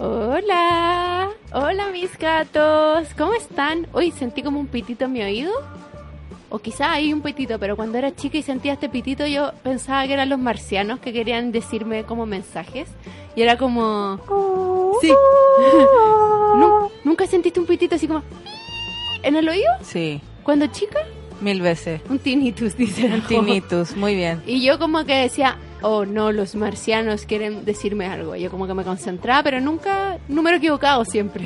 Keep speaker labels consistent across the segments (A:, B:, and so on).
A: Hola, hola mis gatos, ¿cómo están? Hoy sentí como un pitito en mi oído. O quizá hay un pitito, pero cuando era chica y sentía este pitito yo pensaba que eran los marcianos que querían decirme como mensajes. Y era como... Sí. Nun- ¿Nunca sentiste un pitito así como... ¿En el oído?
B: Sí,
A: Cuando chica,
B: mil veces.
A: un tinnitus, dice. la
B: Un
A: Jo.
B: tinnitus, muy bien.
A: Y yo como que decía, oh no, los marcianos quieren decirme algo. Yo como que me concentraba, pero nunca, número equivocado siempre.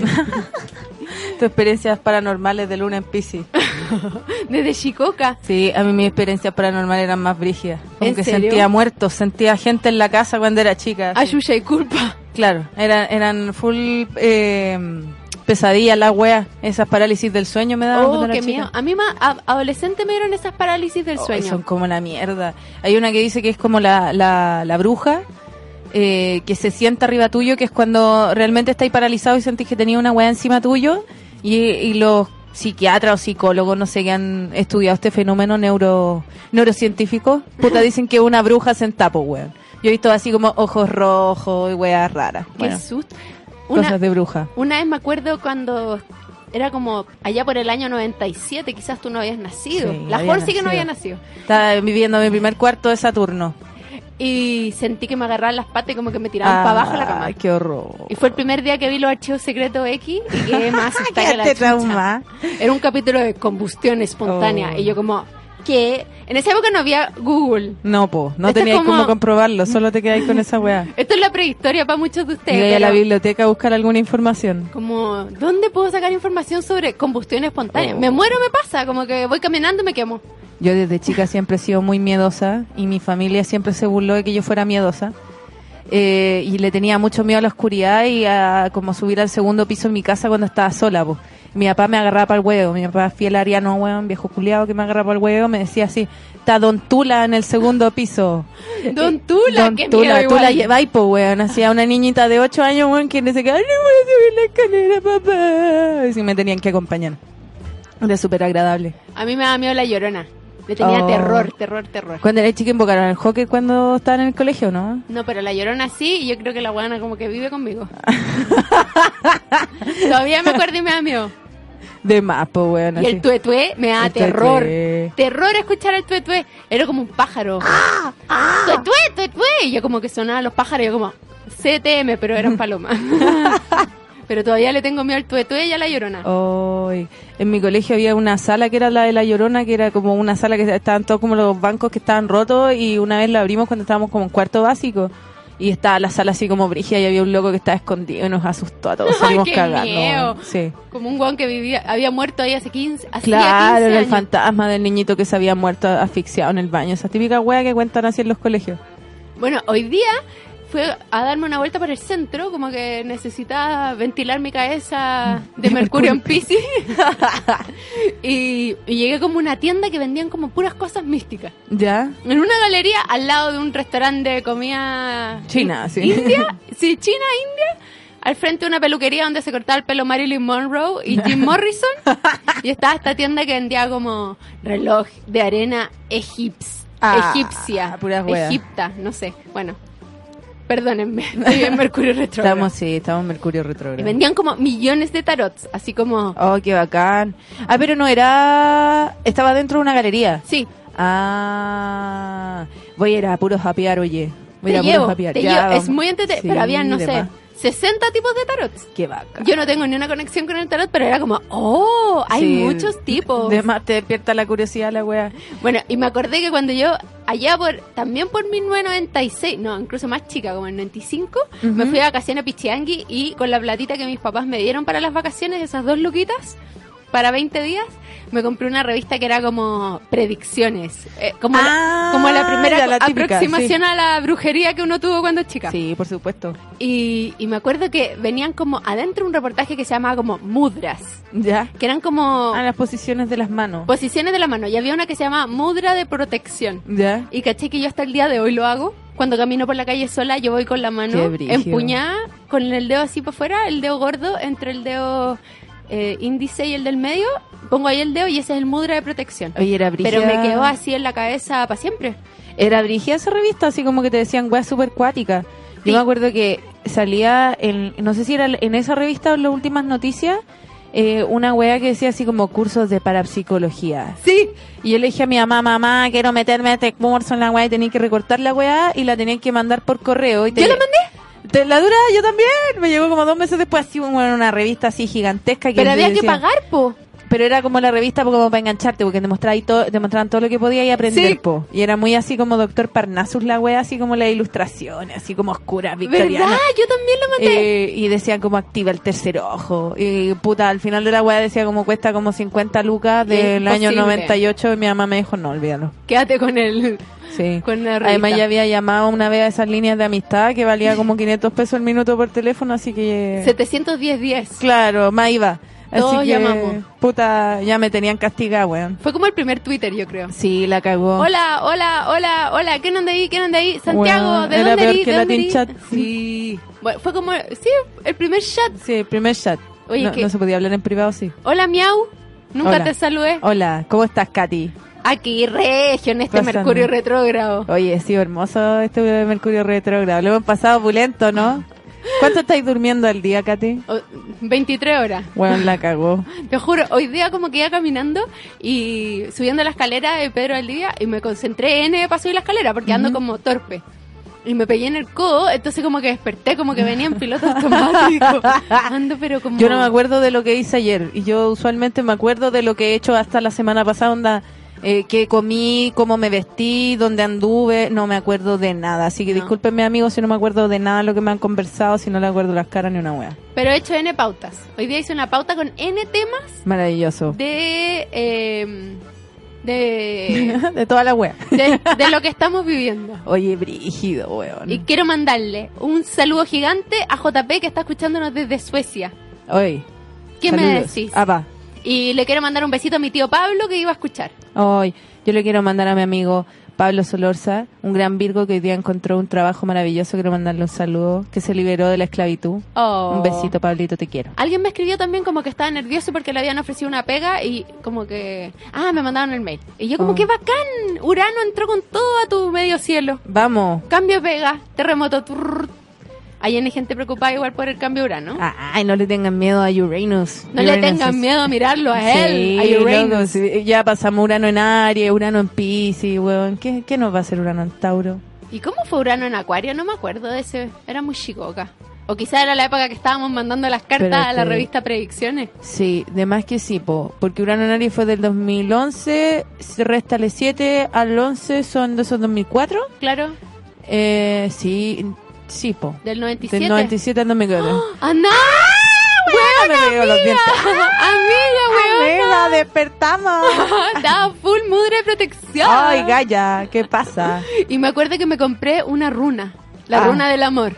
B: Tu experiencias paranormales de luna en Pisces.
A: Desde Chicoca.
B: Sí, a mí mis experiencias paranormales eran más brígidas. Como
A: ¿En
B: que
A: serio?
B: sentía muertos, sentía gente en la casa cuando era chica. así.
A: Ayuya y culpa.
B: Claro, eran, eran full eh, pesadillas, la wea. Esas parálisis del sueño me
A: Oh,
B: daban Ah, cuando era
A: qué
B: chica.
A: miedo. A mí más a- adolescente me dieron esas parálisis del
B: Ay,
A: sueño.
B: son como la mierda. Hay una que dice que es como la, la, la bruja eh, que se sienta arriba tuyo, que es cuando realmente estáis paralizado y sentís que tenía una weá encima tuyo. Y, y los psiquiatras o psicólogos, no sé, que han estudiado este fenómeno neuro, neurocientífico, puta, dicen que una bruja se entapo, weón. Yo he visto así como ojos rojos y weas raras.
A: Qué
B: Bueno,
A: susto. Una,
B: cosas de bruja.
A: una vez me acuerdo cuando era como allá por el año 97, quizás tú no habías nacido.
B: Sí,
A: la
B: había
A: Jorge que no
B: nacido.
A: había nacido.
B: Estaba viviendo mi primer cuarto de Saturno.
A: Y sentí que me agarraban las patas y como que me tiraban
B: Ah,
A: para abajo de la cama.
B: Ay, qué horror.
A: Y fue el primer día que vi los archivos secretos X y quedé más asustada que la
B: Quedaste
A: chucha.
B: traumada.
A: Era un capítulo de combustión espontánea
B: Oh.
A: y yo como que en esa época no había Google.
B: No, po, no
A: Esto es
B: teníais
A: como-
B: cómo comprobarlo, solo te quedáis con esa weá.
A: Esto es la prehistoria para muchos de ustedes.
B: Llegáis a la
A: pero
B: biblioteca a buscar alguna información.
A: Como, ¿dónde puedo sacar información sobre combustión espontánea?
B: Oh.
A: Me muero, me pasa, como que voy caminando y me quemo.
B: Yo desde chica siempre he sido muy miedosa y mi familia siempre se burló de que yo fuera miedosa. Eh, y le tenía mucho miedo a la oscuridad y a como subir al segundo piso en mi casa cuando estaba sola. po. Mi papá me agarraba para el huevo, mi papá fiel ariano, hueón, viejo culiado que me agarraba para el huevo, me decía así, está Don Tula en el segundo piso.
A: Don Tula,
B: Eh, Don
A: qué
B: Tula,
A: miedo
B: tú la
A: igual.
B: lleváis, po, weón. Hacía una niñita de 8 años, weón, que se quedaba, no voy a subir la escalera, papá. Y sí me tenían que acompañar. Era súper agradable.
A: A mí me daba miedo la llorona. Le tenía
B: Oh.
A: terror, terror, terror.
B: Cuando era chica invocaron el hockey cuando estaban en el colegio, ¿no?
A: No, pero la llorona sí, y yo creo que la guana como que vive conmigo. Todavía me acuerdo y me da miedo.
B: De más, po, weón.
A: Y
B: así.
A: el tuetué me da
B: El tuetué.
A: terror. Terror escuchar el tuetué. Era como un pájaro.
B: Ah,
A: ¡Tuetué, tuetué! Y yo como que sonaban los pájaros. y yo como, CTM, pero eran palomas. pero todavía le tengo miedo al tuetué y a la llorona.
B: Oh. Ay, en mi colegio había una sala que era la de la Llorona, que era como una sala que estaban todos como los bancos que estaban rotos y una vez la abrimos cuando estábamos como en cuarto básico y estaba la sala así como brígida y había un loco que estaba escondido y nos asustó a todos,
A: Ay,
B: salimos
A: qué
B: cagando.
A: miedo.
B: Sí.
A: Como un guan que vivía, había muerto ahí hace 15, hacía
B: Claro,
A: 15
B: era el
A: años.
B: fantasma del niñito que se había muerto asfixiado en el baño, esa típica wea que cuentan así en los colegios.
A: Bueno, hoy día fui a darme una vuelta por el centro, como que necesitaba ventilar mi cabeza de mercurio en Pisces. y, y llegué como a una tienda que vendían como puras cosas místicas.
B: ¿Ya?
A: En una galería al lado de un restaurante de comida...
B: China, sí.
A: India, sí, China, India. Al frente de una peluquería donde se cortaba el pelo Marilyn Monroe y Jim Morrison. Y estaba esta tienda que vendía como reloj de arena egips-
B: Ah,
A: egipcia.
B: puras weas.
A: Egipta, no sé. Bueno, perdónenme. Estoy en Mercurio Retrógrado.
B: Estamos, sí, estamos en Mercurio
A: Y
B: retrógrado.
A: vendían como millones de tarots, así como...
B: Oh, qué bacán. Ah, pero no era... Estaba dentro de una galería.
A: Sí,
B: Ah, voy a ir a puro happy hour, oye. Voy
A: te
B: a ir a puro
A: llevo,
B: happy hour.
A: te
B: Ya,
A: llevo. Es
B: vamos.
A: muy entretenido,
B: Sí,
A: pero había, no sé,
B: demás.
A: 60 tipos de tarots.
B: Qué vaca.
A: Yo no tengo ni una conexión con el tarot, pero era como, oh, hay
B: Sí.
A: muchos tipos.
B: De más te despierta la curiosidad la wea.
A: Bueno, y me acordé que cuando yo, allá por, también por 1996, no, incluso más chica, como en 95, me
B: Ujú.
A: fui de vacaciones a Pichiangui y con la platita que mis papás me dieron para las vacaciones, esas dos luquitas, para 20 días, me compré una revista que era como predicciones, eh, como,
B: Ah,
A: la, como la primera
B: ya, la típica,
A: aproximación a la brujería que uno tuvo cuando chica.
B: Sí, por supuesto.
A: Y, y me acuerdo que venían como adentro un reportaje que se llamaba como mudras,
B: Ya.
A: que eran como
B: A las posiciones de las manos.
A: posiciones de la mano. Y había una que se llamaba mudra de protección.
B: Ya.
A: Y caché que yo hasta el día de hoy lo hago. Cuando camino por la calle sola, yo voy con la
B: Qué
A: mano
B: brígido.
A: empuñada, con el dedo así para afuera, el dedo gordo entre el dedo eh, índice y el del medio. Pongo ahí el dedo y ese es el mudra de protección.
B: Oye, era brígida.
A: Pero me quedó así en la cabeza para siempre.
B: Era brígida esa revista, así como que te decían wea super cuática. Yo
A: Sí.
B: me acuerdo que salía, en, no sé si era en esa revista o en las últimas noticias, eh, una wea que decía así como cursos de parapsicología.
A: Sí.
B: Y yo le dije a mi mamá, mamá, quiero meterme a este curso en la wea y tenía que recortar la wea y la tenía que mandar por correo. Y te-
A: ¿Yo la mandé?
B: Te- la dura, yo también. Me llegó como dos meses después, así como en una revista así gigantesca. Que
A: Pero había que
B: decía-
A: pagar, po.
B: pero era como la revista como para engancharte, porque te mostraba ahí todo, te mostraban todo lo que podía y aprender,
A: Sí.
B: po. Y era muy así como Doctor Parnassus la wea, así como la ilustración, así como oscura, victoriana.
A: ¿Verdad? Yo también lo mandé.
B: Eh, y decían como activa el tercer ojo. Y puta, al final de la wea decía como cuesta como 50 lucas del año
A: Imposible.
B: 98 y mi mamá me dijo, no, olvídalo.
A: Quédate con el,
B: Sí.
A: con la revista.
B: Además ya había llamado una vez a esas líneas de amistad que valía como 500 pesos el minuto por teléfono, así que...
A: 710 días.
B: Claro, más iba. Así
A: Todos
B: que,
A: llamamos.
B: Puta, ya me tenían castigada, weón.
A: Fue como el primer Twitter, yo creo.
B: Sí, la cagó.
A: Hola, hola, hola, hola, ¿quién anda ahí? ¿Quién anda ahí? Santiago,
B: Weón,
A: ¿de
B: era
A: dónde
B: peor
A: eres?
B: que
A: ¿De dónde
B: Latin
A: eres?
B: Chat. Sí.
A: Bueno, fue como, sí, el primer chat.
B: Sí, el primer chat.
A: Oye,
B: no,
A: que-
B: no se podía hablar en privado, sí.
A: Hola, miau. Nunca
B: Hola.
A: te saludé.
B: Hola, ¿cómo estás, Katy?
A: Aquí, regio, en este
B: Pasando.
A: Mercurio retrógrado.
B: Oye, sí, hermoso este Mercurio retrógrado. Lo hemos pasado opulento, ¿no? ¿Cuánto estáis durmiendo al día, Katy?
A: O- 23 horas.
B: Bueno, la cagó.
A: Te juro, hoy día como que iba caminando y subiendo la escalera de Pedro al día y me concentré en eh, para subir la escalera porque ando como torpe. Y me pegué en el codo, entonces como que desperté, como que venía en piloto automático. Ando pero como...
B: Yo no me acuerdo de lo que hice ayer. Y yo usualmente me acuerdo de lo que he hecho hasta la semana pasada, onda. Eh, qué comí, cómo me vestí, dónde anduve, no me acuerdo de nada. Así que
A: No.
B: discúlpenme, amigos, si no me acuerdo de nada de lo que me han conversado, si no le acuerdo las caras ni una wea.
A: Pero he hecho N pautas. Hoy día hice una pauta con N temas
B: Maravilloso.
A: de... eh, de,
B: De toda la wea.
A: de, de lo que estamos viviendo.
B: Oye, brígido, weón.
A: Y quiero mandarle un saludo gigante a JP que está escuchándonos desde Suecia.
B: Oye.
A: ¿Qué me
B: saludos.
A: decís?
B: Ah, va.
A: Y le quiero mandar un besito a mi tío Pablo que iba a escuchar.
B: Hoy, yo le quiero mandar a mi amigo Pablo Solorza, un gran Virgo que hoy día encontró un trabajo maravilloso. Quiero mandarle un saludo, que se liberó de la esclavitud.
A: Oh.
B: Un besito, Pablito, te quiero.
A: Alguien me escribió también como que estaba nervioso porque le habían ofrecido una pega y como que... Ah, me mandaron el mail. Y yo como
B: Oh.
A: que bacán. Urano entró con todo a tu medio cielo.
B: Vamos.
A: Cambio de pega, terremoto. Turr. Ahí hay gente preocupada igual por el cambio de Urano.
B: Ay, no le tengan miedo a Uranus.
A: no le
B: Uranus
A: tengan
B: Ah, es-
A: miedo a mirarlo a
B: Sí,
A: él, a Uranus.
B: loco, sí, ya pasamos Urano en Aries, Urano en Pisces, weón. ¿Qué, ¿Qué nos va a hacer Urano en Tauro?
A: ¿Y cómo fue Urano en Acuario? No me acuerdo de ese. Era muy chicoca. O quizá era la época que estábamos mandando las cartas
B: Pero
A: a la
B: que-
A: revista Predicciones.
B: Sí, de más que sí, po, porque Urano en Aries fue del 2011, si réstale 7 al 11 son de esos 2004.
A: Claro,
B: Eh, sí, sí, po.
A: del 97.
B: Del 97 al 2004.
A: ¡Anda!
B: ¡Ah, me pegó los dientes!
A: ¡Amiga, weón!
B: ¡Amiga, despertamos!
A: Estaba full mudre de protección.
B: Ah, ¡Ay, Gaya! ¿Qué pasa?
A: Y me acuerdo que me compré una runa. La
B: Ah.
A: runa del amor.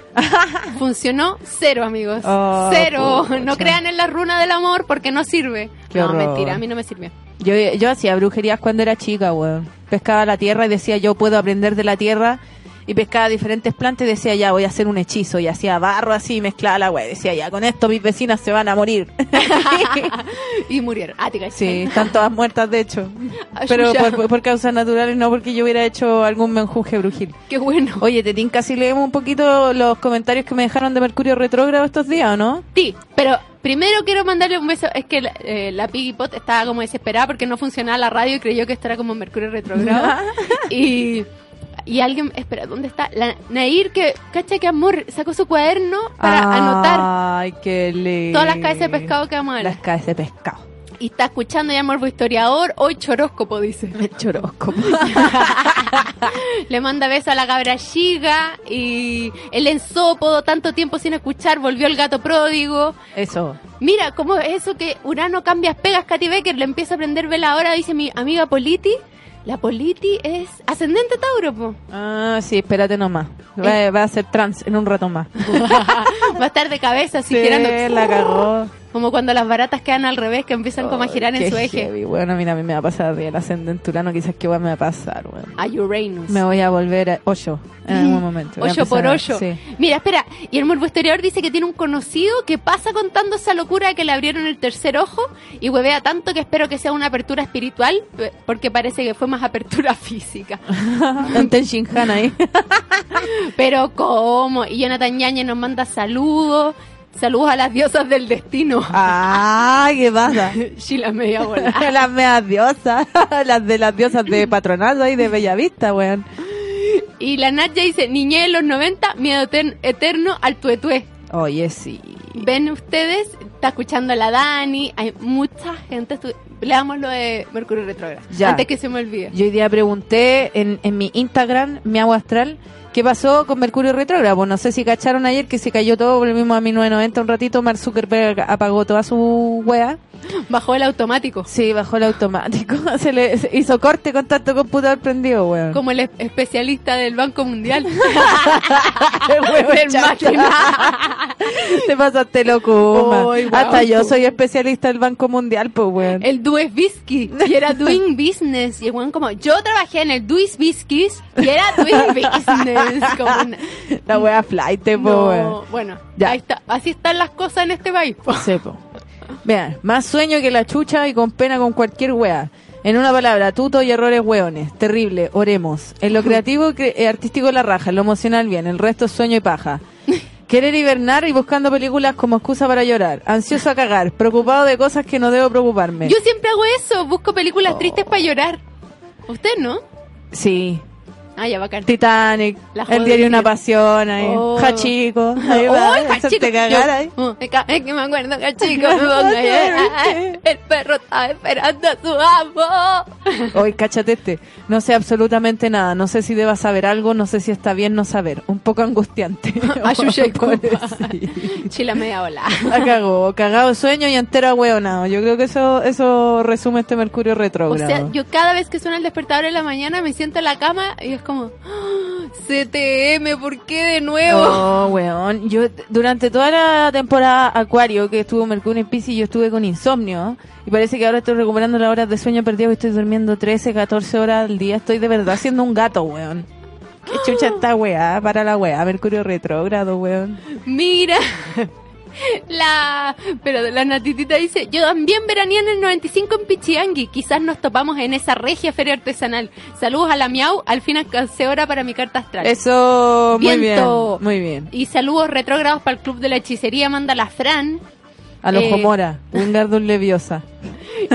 A: Funcionó cero, amigos.
B: Oh,
A: cero. No
B: pucha.
A: crean en la runa del amor porque no sirve.
B: Qué
A: no,
B: horror.
A: mentira, a mí no me sirvió.
B: Yo, yo hacía brujerías cuando era chica, weón. Pescaba la tierra y decía, yo puedo aprender de la tierra. Y pescaba diferentes plantas y decía, ya voy a hacer un hechizo. Y hacía barro así y mezclaba la weá. Decía, ya con esto mis vecinas se van a morir.
A: Y murieron. Ah, te caché.
B: sí, están todas muertas de hecho.
A: Ay,
B: Pero
A: ya.
B: por, por causas naturales, no porque yo hubiera hecho algún menjuje brujil.
A: Qué bueno.
B: Oye, te tinca si leemos un poquito los comentarios que me dejaron de Mercurio retrógrado estos días, ¿o no?
A: Sí, pero primero quiero mandarle un beso. Es que la- eh, la Piggy Pot estaba como desesperada porque no funcionaba la radio y creyó que esto era como Mercurio retrogrado. y Y alguien, espera, ¿dónde está? La Nair, que, cacha que amor, sacó su cuaderno para
B: Ah,
A: anotar
B: Ay, qué lindo.
A: todas las cabezas de pescado que vamos a
B: Las
A: hablar.
B: cabezas de pescado.
A: Y está escuchando ya Morbo Historiador, hoy choróscopo, dice.
B: Choróscopo.
A: Le manda beso a la cabra Giga y el ensópodo, tanto tiempo sin escuchar, volvió el gato pródigo.
B: Eso.
A: Mira, cómo es eso que Urano cambia pegas, Katy Becker le empieza a prender vela ahora, dice mi amiga Politi. La Politi es ascendente Tauro, po.
B: Ah, sí, espérate nomás. Va, va a ser trans en un rato más.
A: va a estar de cabeza así girando.
B: la cagó.
A: Como cuando las baratas quedan al revés, que empiezan como a girar en
B: Qué
A: su eje.
B: heavy. Bueno, mira, a mí me va a pasar el ascendente urano, quizás qué weá me va a pasar, weón.
A: A Uranus.
B: Me voy a volver a hoyo en algún momento. Voy a
A: Hoyo por hoyo.
B: empezar a- Sí.
A: Mira, espera, y el morbo exterior dice que tiene un conocido que pasa contando esa locura de que le abrieron el tercer ojo y huevea tanto que espero que sea una apertura espiritual, pe- porque parece que fue más apertura física. Ah.
B: Un Ten Shin Han ahí.
A: Pero cómo, y Jonathan Ñañez nos manda saludos, saludos a las diosas del destino.
B: ¡Ah! ¿Qué pasa?
A: Sheila media bola.
B: las meas diosas. las de las diosas de Patronato y de Bellavista, weón.
A: Y la Nat ya dice, niñez de los 90, miedo etern- eterno al tuetué.
B: Oye, sí.
A: Ven ustedes, está escuchando a la Dani, hay mucha gente. estu- Leamos lo de Mercurio Retrógrado.
B: Ya.
A: Antes que se me olvide.
B: Yo hoy día pregunté en, en mi Instagram, mi agua astral, qué pasó con Mercurio retrógrado. No sé si cacharon ayer que se cayó todo, volvimos a 1990 un ratito, Mark Zuckerberg apagó toda su wea.
A: Bajó el automático.
B: Sí, bajó el automático, se le se hizo corte con tanto computador prendido, weón.
A: Como el es- especialista del Banco Mundial.
B: Weón,
A: Del
B: chacha.
A: máquina.
B: Te pasaste loco,
A: Ay, guau.
B: Hasta yo soy especialista del Banco Mundial, pues, weón.
A: El Duesbisky. Y era Doing Business. Y el weón como, yo trabajé en el Duesbiskis y era Doing Business. Como una-
B: La wea flight, pues,
A: No,
B: weón.
A: Bueno,
B: Ya.
A: ahí está. así están las cosas en este país. po.
B: Sepo. Vean, más sueño que la chucha y con pena con cualquier wea. En una palabra, tuto y errores hueones. Terrible, oremos. En lo creativo y cre- eh, artístico la raja, en lo emocional bien, el resto es sueño y paja. Querer hibernar y buscando películas como excusa para llorar. Ansioso a cagar, preocupado de cosas que no debo preocuparme.
A: Yo siempre hago eso. Busco
B: Oh.
A: películas tristes para llorar. ¿Usted no?
B: Sí.
A: Ah, ya, bacán.
B: Titanic,
A: La
B: El diario de una
A: jodida.
B: pasión, ahí.
A: Oh.
B: Hachico, ahí va,
A: Ay,
B: hacerte
A: cachico.
B: cagar
A: Yo-
B: ahí.
A: Oh, es que- es que me acuerdo que el chico me pongo ahí, ah, ah, El perro estaba esperando a su amo.
B: Hoy, cáchate este. No sé absolutamente nada. No sé si deba saber algo. No sé si está bien no saber. Un poco angustiante.
A: Ayuya y
B: Pobre,
A: culpa.
B: sí.
A: Chila media bola.
B: La cagó. Cagado de sueño y entero ahueonado. Yo creo que eso eso resume este Mercurio
A: O
B: retrógrado.
A: sea, yo cada vez que suena el despertador en la mañana me siento en la cama y es como, "Ah, CTM, ¿por qué de nuevo?
B: Oh, weón. Yo t- durante toda la temporada Acuario que estuvo Mercurio en Pisces, yo estuve con insomnio. Y parece que ahora estoy recuperando las horas de sueño perdido. Estoy durmiendo 13, 14 horas al día. Estoy de verdad siendo un gato, weón. Qué chucha esta weá para la weá. Mercurio retrógrado, weón.
A: Mira. La, pero la natitita dice, yo también veraní en el 95 en Pichiangui, quizás nos topamos en esa regia feria artesanal. Saludos a la miau, al fin alcancé hora para mi carta astral.
B: Eso, muy
A: Viento.
B: bien. Muy bien.
A: Y saludos retrógrados para el Club de la Hechicería, manda la Fran.
B: A los
A: Eh.
B: Comora, Wingardun Leviosa.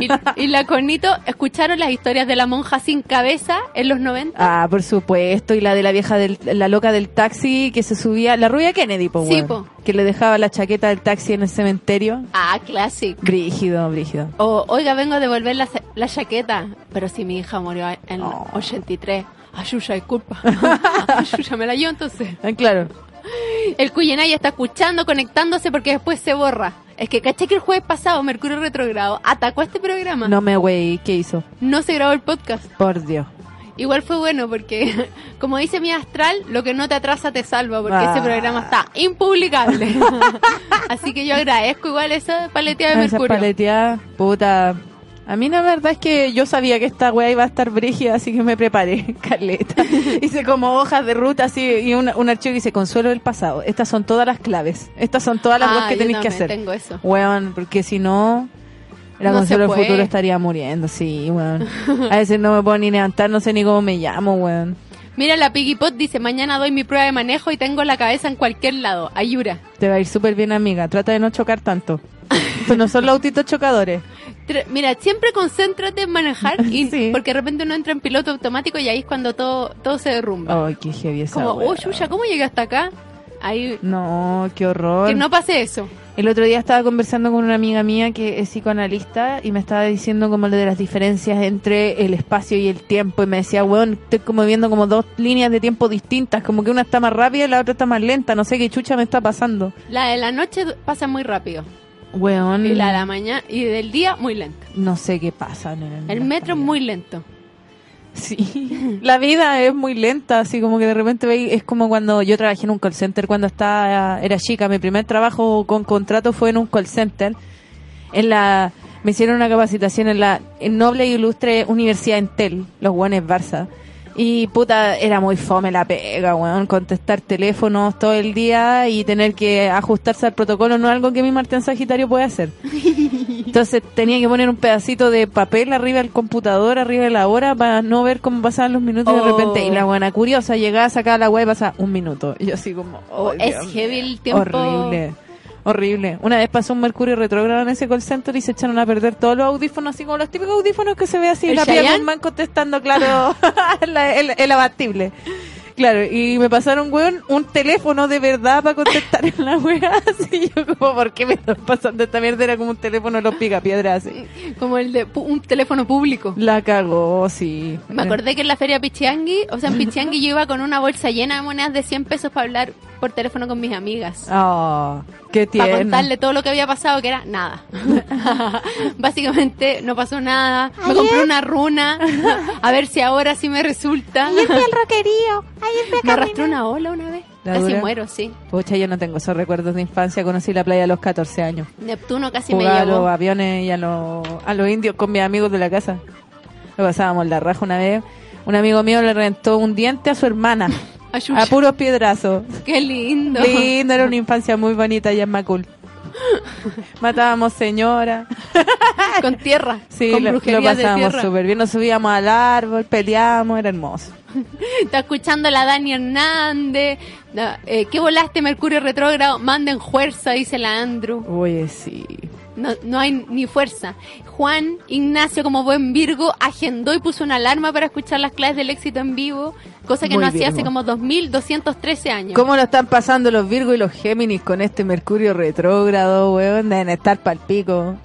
A: Y, y la Cornito, ¿escucharon las historias de la monja sin cabeza en los 90?
B: Ah, por supuesto. Y la de la vieja, del, la loca del taxi que se subía, la rubia Kennedy, po,
A: Sí,
B: weón,
A: po.
B: Que le dejaba la chaqueta del taxi en el cementerio.
A: Ah, clásico.
B: Brígido, brígido.
A: O, oiga, vengo a devolver la, sa- la chaqueta. Pero si mi hija murió en
B: Oh.
A: 83. Ayuya, disculpa. Ayuya, me la yo entonces.
B: Ah, claro.
A: El Cuyenay está escuchando, conectándose porque después se borra. Es que caché que el jueves pasado Mercurio Retrogrado atacó este programa.
B: No me güey, ¿qué hizo?
A: No se grabó el podcast.
B: Por Dios.
A: Igual fue bueno porque, como dice mi astral, lo que no te atrasa te salva porque
B: Ah.
A: este programa está impublicable. Así que yo agradezco igual esa paleteada de
B: Esa
A: Eh, Mercurio.
B: paleteada, puta. A mí la verdad es que yo sabía que esta weá iba a estar brígida, así que me preparé, Carleta. Hice como hojas de ruta, así, y un, un archivo que dice, consuelo del pasado. Estas son todas las claves. Estas son todas las
A: Ah,
B: cosas que
A: yo
B: tenéis que
A: también
B: hacer.
A: tengo eso.
B: Weón, porque si no, la
A: No se
B: consola del
A: puede.
B: futuro estaría muriendo, sí, weón. A veces no me puedo ni levantar, no sé ni cómo me llamo, weón.
A: Mira, la Piggy Pot dice, mañana doy mi prueba de manejo y tengo la cabeza en cualquier lado. Ayura.
B: Te va a ir súper bien, amiga. Trata de no chocar tanto. Pues no son los autitos chocadores.
A: Tre- Mira, siempre concéntrate en manejar y,
B: Sí.
A: porque de repente uno entra en piloto automático y ahí es cuando todo, todo se derrumba.
B: Ay, qué heavy Oh, esa
A: como,
B: wea.
A: oh, Yuya, ¿cómo llegué hasta acá? Ahí,
B: No, qué horror.
A: que no pase eso.
B: El otro día estaba conversando con una amiga mía que es psicoanalista y me estaba diciendo como lo de las diferencias entre el espacio y el tiempo y me decía, weón, estoy como viendo como dos líneas de tiempo distintas, como que una está más rápida y la otra está más lenta, no sé qué chucha me está pasando.
A: La de la noche du- pasa muy rápido
B: Weón,
A: y la de la mañana y del día muy lenta.
B: no sé qué pasa. nena.
A: El metro es muy lento.
B: Sí, la vida es muy lenta, así como que de repente veis, es como cuando yo trabajé en un call center cuando estaba, era chica, mi primer trabajo con contrato fue en un call center, en la, me hicieron una capacitación en la en Noble y Ilustre Universidad Entel, los guanes Barça, y puta, era muy fome la pega, weón, contestar teléfonos todo el día y tener que ajustarse al protocolo, no es algo que mi Martín Sagitario puede hacer. Entonces tenía que poner un pedacito de papel arriba del computador, arriba de la hora, para no ver cómo pasaban los minutos de
A: Oh.
B: repente. Y la buena curiosa llegaba, sacaba la web, pasaba un minuto. Y yo así como, oh,
A: es
B: Dios
A: heavy
B: mío.
A: el tiempo.
B: Horrible, horrible. Una vez pasó un mercurio retrógrado en ese call center y se echaron a perder todos los audífonos, así como los típicos audífonos que se ve así,
A: ¿El
B: la piel
A: Chayanne?
B: del man contestando, claro, la- el, el abatible. Claro, y me pasaron, weón, un teléfono de verdad para contestar en la weá. Así yo como, ¿por qué me están pasando esta mierda? Era como un teléfono de los picapiedras, así.
A: Como el de pu- un teléfono público.
B: La cagó, sí.
A: Me acordé que en la feria Pichiangui, o sea, en Pichiangui yo iba con una bolsa llena de monedas de 100 pesos para hablar por teléfono con mis amigas.
B: Oh, qué
A: Para
B: tierno.
A: contarle todo lo que había pasado, que era nada. Básicamente no pasó nada. Me compré una runa. A ver si ahora sí me resulta.
B: este
A: Me arrastró una ola una vez.
B: ¿La
A: Casi
B: dura?
A: muero, sí.
B: Pucha, yo no tengo esos recuerdos de infancia. Conocí la playa a los 14 años.
A: Neptuno casi
B: Jugaba
A: me
B: a los
A: llevó.
B: aviones y a los, a los indios con mis amigos de la casa. Lo pasábamos la raja una vez. Un amigo mío le rentó un diente a su hermana.
A: Ayucha,
B: a puros piedrazos.
A: Ah, qué lindo.
B: Lindo, era una infancia muy bonita allá en Macul. Matábamos señora.
A: Con tierra.
B: Sí,
A: con
B: lo, lo
A: brujerías de
B: pasábamos
A: tierra.
B: súper bien. Nos subíamos al árbol, peleábamos, era hermoso.
A: Está escuchando la Dani Hernández. La- eh, ¿Qué volaste, Mercurio retrógrado? Manden fuerza, dice la Andrew.
B: Oye, sí.
A: No, no hay ni fuerza. Juan Ignacio, como buen Virgo, agendó y puso una alarma para escuchar las claves del éxito en vivo, cosa que
B: Muy
A: no hacía
B: Virgo.
A: hace como 2.213 años.
B: ¿Cómo lo están pasando los Virgo y los Géminis con este Mercurio retrógrado, weón? Deben estar pal pico.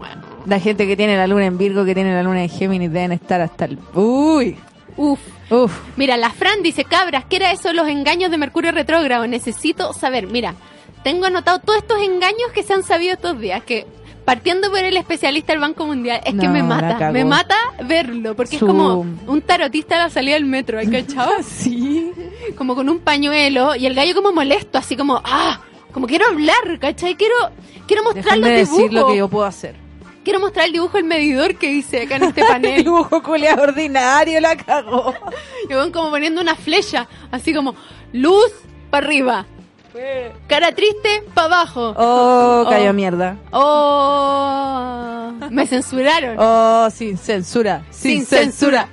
B: La gente que tiene la luna en Virgo, que tiene la luna en Géminis, deben estar hasta el... Uy,
A: Uf.
B: uf.
A: Mira, la Fran dice, cabras, ¿qué era eso de los engaños de Mercurio retrógrado? Necesito saber. Mira, tengo anotado todos estos engaños que se han sabido estos días, que partiendo por el especialista del Banco Mundial, es que
B: No,
A: me
B: la
A: mata,
B: cagó.
A: me mata verlo, porque
B: Su-
A: es como un tarotista a la salida del metro, ¿hay cachado?
B: Sí.
A: como con un pañuelo y el gallo como molesto, así como, ah, como quiero hablar, ¿cachai? Quiero, quiero mostrar
B: Déjame
A: los
B: decir
A: dibujos.
B: lo que yo puedo hacer.
A: Quiero mostrar el dibujo del medidor que dice acá en este
B: El
A: panel.
B: dibujo culiado ordinario la cagó.
A: y van como poniendo una flecha, así como, luz para arriba, cara triste para abajo.
B: Oh, cayó
A: Oh.
B: mierda.
A: Oh, me censuraron.
B: Oh, sin censura. Sin,
A: Sin
B: censura.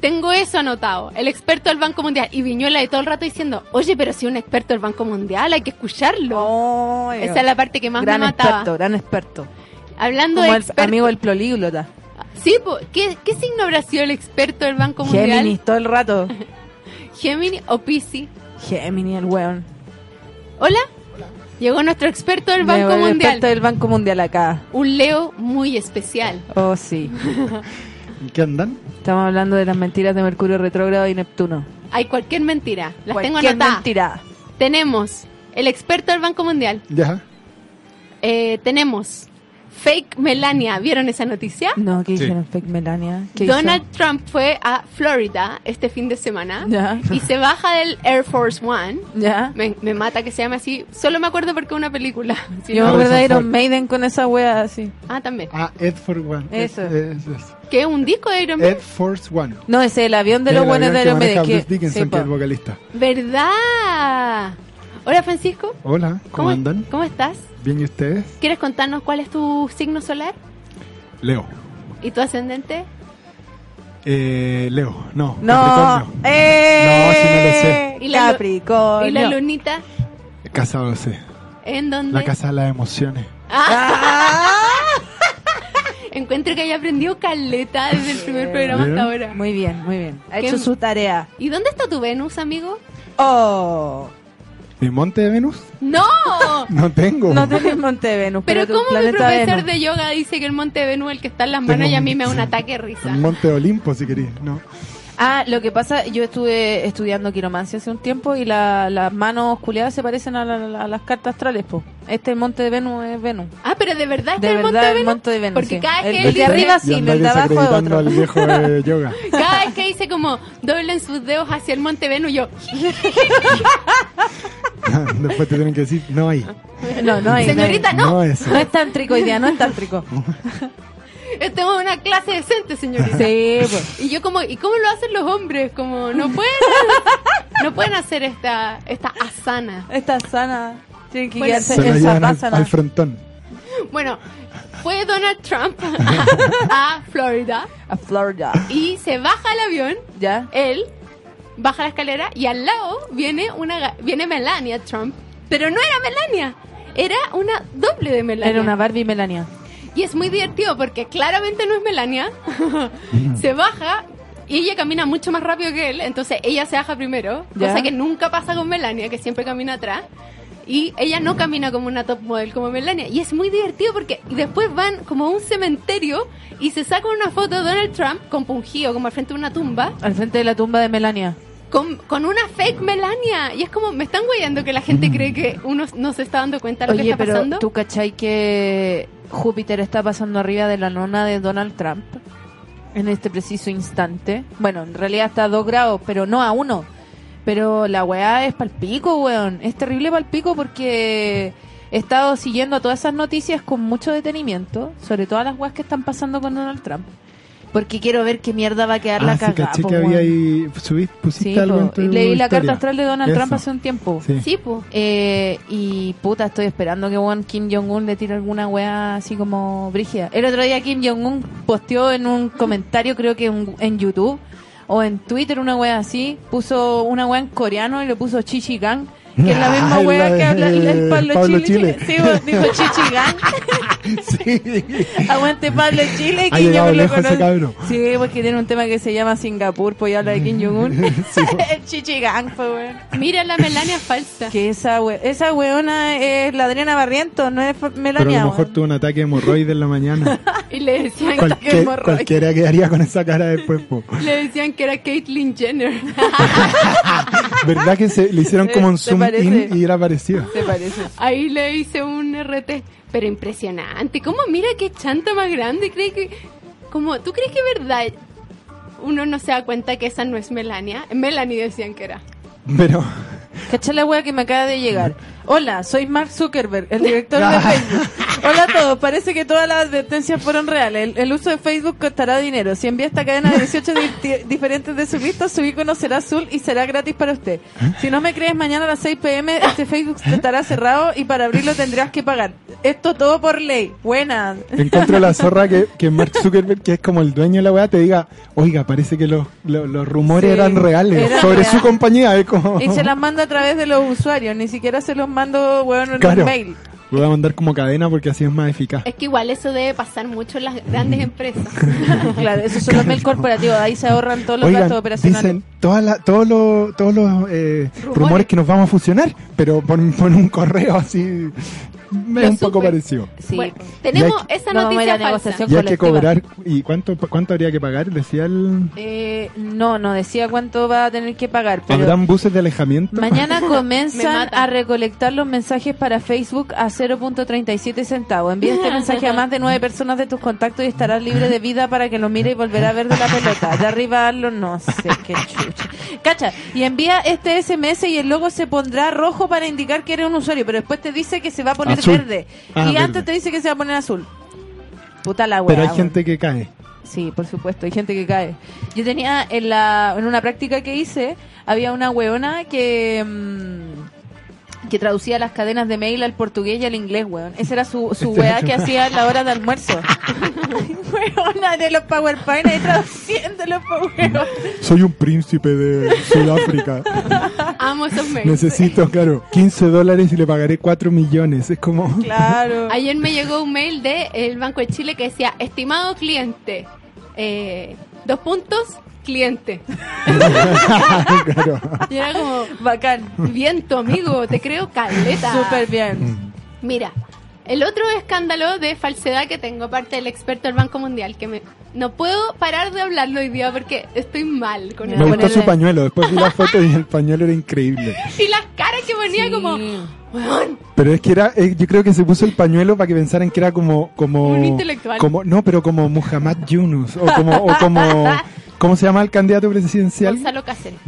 A: Tengo eso anotado. El experto del Banco Mundial. Y Viñuela de todo el rato diciendo, oye, pero si un experto del Banco Mundial hay que escucharlo.
B: Oh,
A: Esa es la parte que más
B: gran
A: me mataba.
B: experto, gran experto.
A: Hablando
B: Como
A: de
B: el
A: expertos-
B: amigo del políglota.
A: Sí, po. ¿Qué, ¿qué signo habrá sido el experto del Banco Mundial?
B: Géminis, todo el rato.
A: Géminis o Pisi.
B: Géminis, el weón.
A: ¿Hola? Llegó nuestro experto del
B: Me-
A: Banco
B: el
A: Mundial.
B: experto del Banco Mundial acá.
A: Un Leo muy especial.
B: Oh, sí.
C: ¿En qué andan?
B: Estamos hablando de las mentiras de Mercurio retrógrado y Neptuno.
A: Hay cualquier mentira. Las tengo
B: Cualquier
A: anotadas.
B: mentira.
A: Tenemos el experto del Banco Mundial.
C: Ya.
A: Eh, tenemos Fake Melania. ¿Vieron esa noticia?
B: No, ¿qué
C: Sí.
B: dijeron? Fake Melania. ¿Qué
A: Donald Trump fue a Florida este fin de semana
B: Ya.
A: y se baja del Air Force One.
B: hizo? ¿Ya?
A: Me, me mata que se llame así. Solo me acuerdo porque es una película. Si
B: Yo
C: Ah,
A: no-
B: me acuerdo de
C: esa
B: Iron
C: fue-
B: Maiden con esa wea así.
A: Ah, también.
C: Ah, Ed for One.
B: Eso.
C: Ed, es- es-
A: Que es un disco de Iron
B: Eh.
A: Maiden.
C: Ed Force One.
B: No, es el avión de los
C: El
B: buenos
C: avión
B: de
C: que
B: Iron
C: maneja
B: Maiden.
C: Bruce
B: que-
C: Dickinson,
B: sí,
C: que
B: po.
C: es el vocalista.
A: ¿Verdad? Hola Francisco,
C: Hola, ¿cómo,
A: ¿cómo,
C: andan?
A: ¿cómo estás?
C: ¿Bien y ustedes?
A: ¿Quieres contarnos cuál es tu signo solar
C: Leo.
A: y tu ascendente?
C: Eh, Leo, no.
B: no,
C: Capricornio.
B: eh,
C: No,
A: sí me lo sé. Y la lu-
B: Capricornio.
A: ¿Y la lunita?
C: Casado, sí.
A: ¿En dónde?
C: La casa de las emociones.
A: Ah,
B: Ah,
A: Encuentro que haya aprendido caleta desde el primer programa hasta ahora.
B: Muy bien, muy bien. Ha
A: ¿Qué-
B: hecho su tarea.
A: ¿Y dónde está tu Venus, amigo?
B: Oh.
C: ¿Mi monte de Venus?
A: ¡No!
C: No tengo.
B: No tenés Monte Venus, pero,
A: Pero
B: tu
A: como mi
B: planeta
A: profesor
B: Venus.
A: de yoga dice que el monte Venus es el que está en las manos
C: Tengo
A: y a
C: un-
A: mí me da un ataque de risa.
C: El monte de Olimpo, si querías. No.
B: Ah, lo que pasa, yo estuve estudiando quiromancia hace un tiempo y la- las manos culeadas se parecen a, la- a las cartas astrales, po. Este Monte de Venus es Venus.
A: Ah, pero de verdad está
B: De
A: el
B: verdad,
A: monte
B: el
A: Venus.
B: Monte de Venus.
A: Porque
B: sí.
A: cada
B: el,
A: que
B: el
A: él
B: de
A: dice-
B: arriba
C: Y
B: sí, el
C: andáis
B: de abajo es
C: desacreditando
B: otro.
C: al viejo de yoga.
A: Cada vez que dice como doblen sus dedos hacia el monte Venus, yo
C: Después te tienen que decir, no hay.
B: No, no hay.
A: Señorita, no.
C: No es.
B: No es tántrico hoy día, no es tántrico.
A: esto es una clase decente, señorita.
B: Sí, pues.
A: Y yo como, ¿y cómo lo hacen los hombres? Como no pueden, no pueden hacer esta esta asana.
B: Está sana. Tiene que
A: Bueno,
B: quedarse
C: Se lo
B: en
C: llevan al,
B: Savasana.
C: al frontón.
A: Bueno, fue Donald Trump a Florida
B: A Florida.
A: y se baja el avión,
B: ¿Ya?
A: él baja la escalera y al lado viene una ga- viene Melania Trump, pero no era Melania, era una doble de Melania.
B: Era una Barbie Melania.
A: Y es muy divertido porque claramente no es Melania. se baja y ella camina mucho más rápido que él. Entonces ella se baja primero,
B: Ya.
A: cosa que nunca pasa con Melania, que siempre camina atrás. Y ella no camina como una top model como Melania. Y es muy divertido porque después van como a un cementerio y se saca una foto de Donald Trump compungido, como al frente de una tumba,
B: Al frente de la tumba de Melania.
A: con, con una fake Melania. Y es como, me están guayando que la gente cree que uno no se está dando cuenta de lo que
B: Mm. Oye,
A: está
B: pero
A: pasando.
B: ¿tú cachai que Júpiter está pasando arriba de la nona de Donald Trump? En este preciso instante. Bueno, en realidad está a dos grados, pero no a uno. Pero la weá es palpico, weón. Es terrible palpico porque he estado siguiendo todas esas noticias con mucho detenimiento, sobre todas las weas que están pasando con Donald Trump. Porque quiero ver qué mierda va a quedar la
C: Ah, sí,
B: cagada.
C: caché
B: po,
C: que había
B: weón.
C: ahí. subiste- pusiste
B: Sí,
C: algo
B: po.
C: en tu
B: Y leí la carta
C: historia.
B: astral de Donald
C: Eso.
B: Trump hace un tiempo.
C: Sí.
A: Sí, pues.
B: Eh, y puta, estoy esperando que weón Kim Jong-un le tire alguna weá así como brígida. El otro día Kim Jong-un posteó en un comentario, creo que en, en YouTube o en Twitter, una weá así. Puso una weá en coreano y le puso Chichigang, que es la misma
C: Ay, la
B: weá que
C: de-
B: habla el Pablo,
C: Pablo
B: Chile.
C: Chile.
B: Sí, weón, dijo Chichigang.
C: Sí.
B: Aguante Pablo Chile.
C: Ha
B: Kim
C: llegado
B: Jong-un lo
C: lejos ese
B: conoce.
C: cabrón.
B: Sí, porque tiene un tema que se llama Singapur, pues y habla de Kim Jong-un. el Chichigang, pues weón.
A: Mira la Melania falsa.
B: Que esa, we- esa weona es la Adriana Barriento, no es F-
C: Pero a
B: Melania.
C: lo mejor
B: weón.
C: tuvo un ataque de hemorroide en la mañana.
A: Y le decían
C: Cualquier-
A: que hemorroides.
C: cualquiera quedaría con esa cara después, po.
A: Le decían que era Caitlyn Jenner.
C: ¿Verdad que se, le hicieron como un
B: ¿Te
C: zoom
B: parece?
C: in y era parecido?
B: ¿Te parece?
A: Ahí le hice un RT. Pero impresionante. ¿Cómo mira qué chanta más grande? ¿Cree que, como, ¿Tú crees que es verdad uno no se da cuenta que esa no es Melania? Melanie decían que era.
C: Pero
B: Cacha la wea que me acaba de llegar. Hola, soy Mark Zuckerberg, el director
C: Ah.
B: de Facebook. Hola a todos, parece que todas las advertencias fueron reales. El, el uso de Facebook costará dinero. Si envía esta cadena de 18 di- ti- diferentes de sus listas, su icono será azul y será gratis para usted. Si no me crees, mañana a las 6 pm este Facebook estará cerrado y para abrirlo tendrás que pagar. Esto todo por ley. Buenas.
C: encuentro la zorra que, que Mark Zuckerberg, que es como el dueño de la weá, te diga, oiga, parece que los, los, los rumores
B: Sí,
C: eran reales
B: eran
C: sobre
B: reales.
C: su compañía. Es como...
B: Y se las manda a través de los usuarios, ni siquiera se los mando, weón, en
C: Claro.
B: un mail.
C: Lo voy a mandar como cadena porque así es más eficaz.
A: Es que igual eso debe pasar mucho en las grandes empresas.
B: claro, esos son los mail corporativos, ahí se ahorran todos los
C: Oigan,
B: gastos operacionales.
C: dicen todas la- todos los, todos los eh, rumores. que nos vamos a fusionar, pero pon, pon un correo así. Es
A: Lo
C: un poco
A: supe.
C: parecido.
B: Sí.
A: Bueno, tenemos
C: Ya
A: esa
B: No, vamos a ir
A: noticia
B: a
A: falsa.
B: negociación.
C: Y hay que
B: colectiva.
C: cobrar. ¿Y cuánto, cuánto habría que pagar? Decía el.
B: Eh, no, no decía cuánto va a tener que pagar, pero
C: ¿Habrán buses de alejamiento?
B: mañana
A: Me
B: comienzan
A: mata.
B: a recolectar los mensajes para Facebook a 0.37 centavos. Envía este mensaje a más de nueve personas de tus contactos y estarás libre de vida para que lo mire y volverá a ver de la pelota. De arriba hazlo, no sé qué chucha. Cacha, y envía este SMS y el logo se pondrá rojo para indicar que eres un usuario, pero después te dice que se va a poner
C: Azul.
B: verde.
C: Ah,
B: y antes
C: verde.
B: te dice que se va a poner azul. Puta la weá.
C: Pero hay gente que cae.
B: Sí, por supuesto, hay gente que cae. Yo tenía en la en una práctica que hice, había una weona que mm, que traducía las cadenas de mail al portugués y al inglés, weón. Esa Este era su, su weá que hacía a la hora de almuerzo. Weona de los PowerPoint ahí traduciendo los PowerPoint.
C: Soy un príncipe de Sudáfrica.
A: Amo esos memes.
C: Necesito, claro, 15 dólares y le pagaré 4 millones. Es como...
B: Claro.
A: Ayer me llegó un mail del el Banco de Chile que decía, estimado cliente, eh, dos puntos, cliente.
C: claro.
A: Y era como,
B: Bacán.
A: viento amigo, te creo caleta.
B: Súper bien.
A: Mira, el otro escándalo de falsedad que tengo parte del experto del Banco Mundial, que me, no puedo parar de hablarlo hoy día porque estoy mal con
C: Me
A: eso.
C: gustó su
B: Ponerle-
C: pañuelo. Después vi la foto y el pañuelo era increíble.
A: Y las caras que ponía como,
B: Sí.
A: weón,
C: Pero es que era, eh, yo creo que se puso el pañuelo para que pensaran que era como, como,
A: Un intelectual.
C: como, no, pero como Muhammad Yunus o como, o como, ¿cómo se llama el candidato presidencial?
A: Gonzalo Cáceres.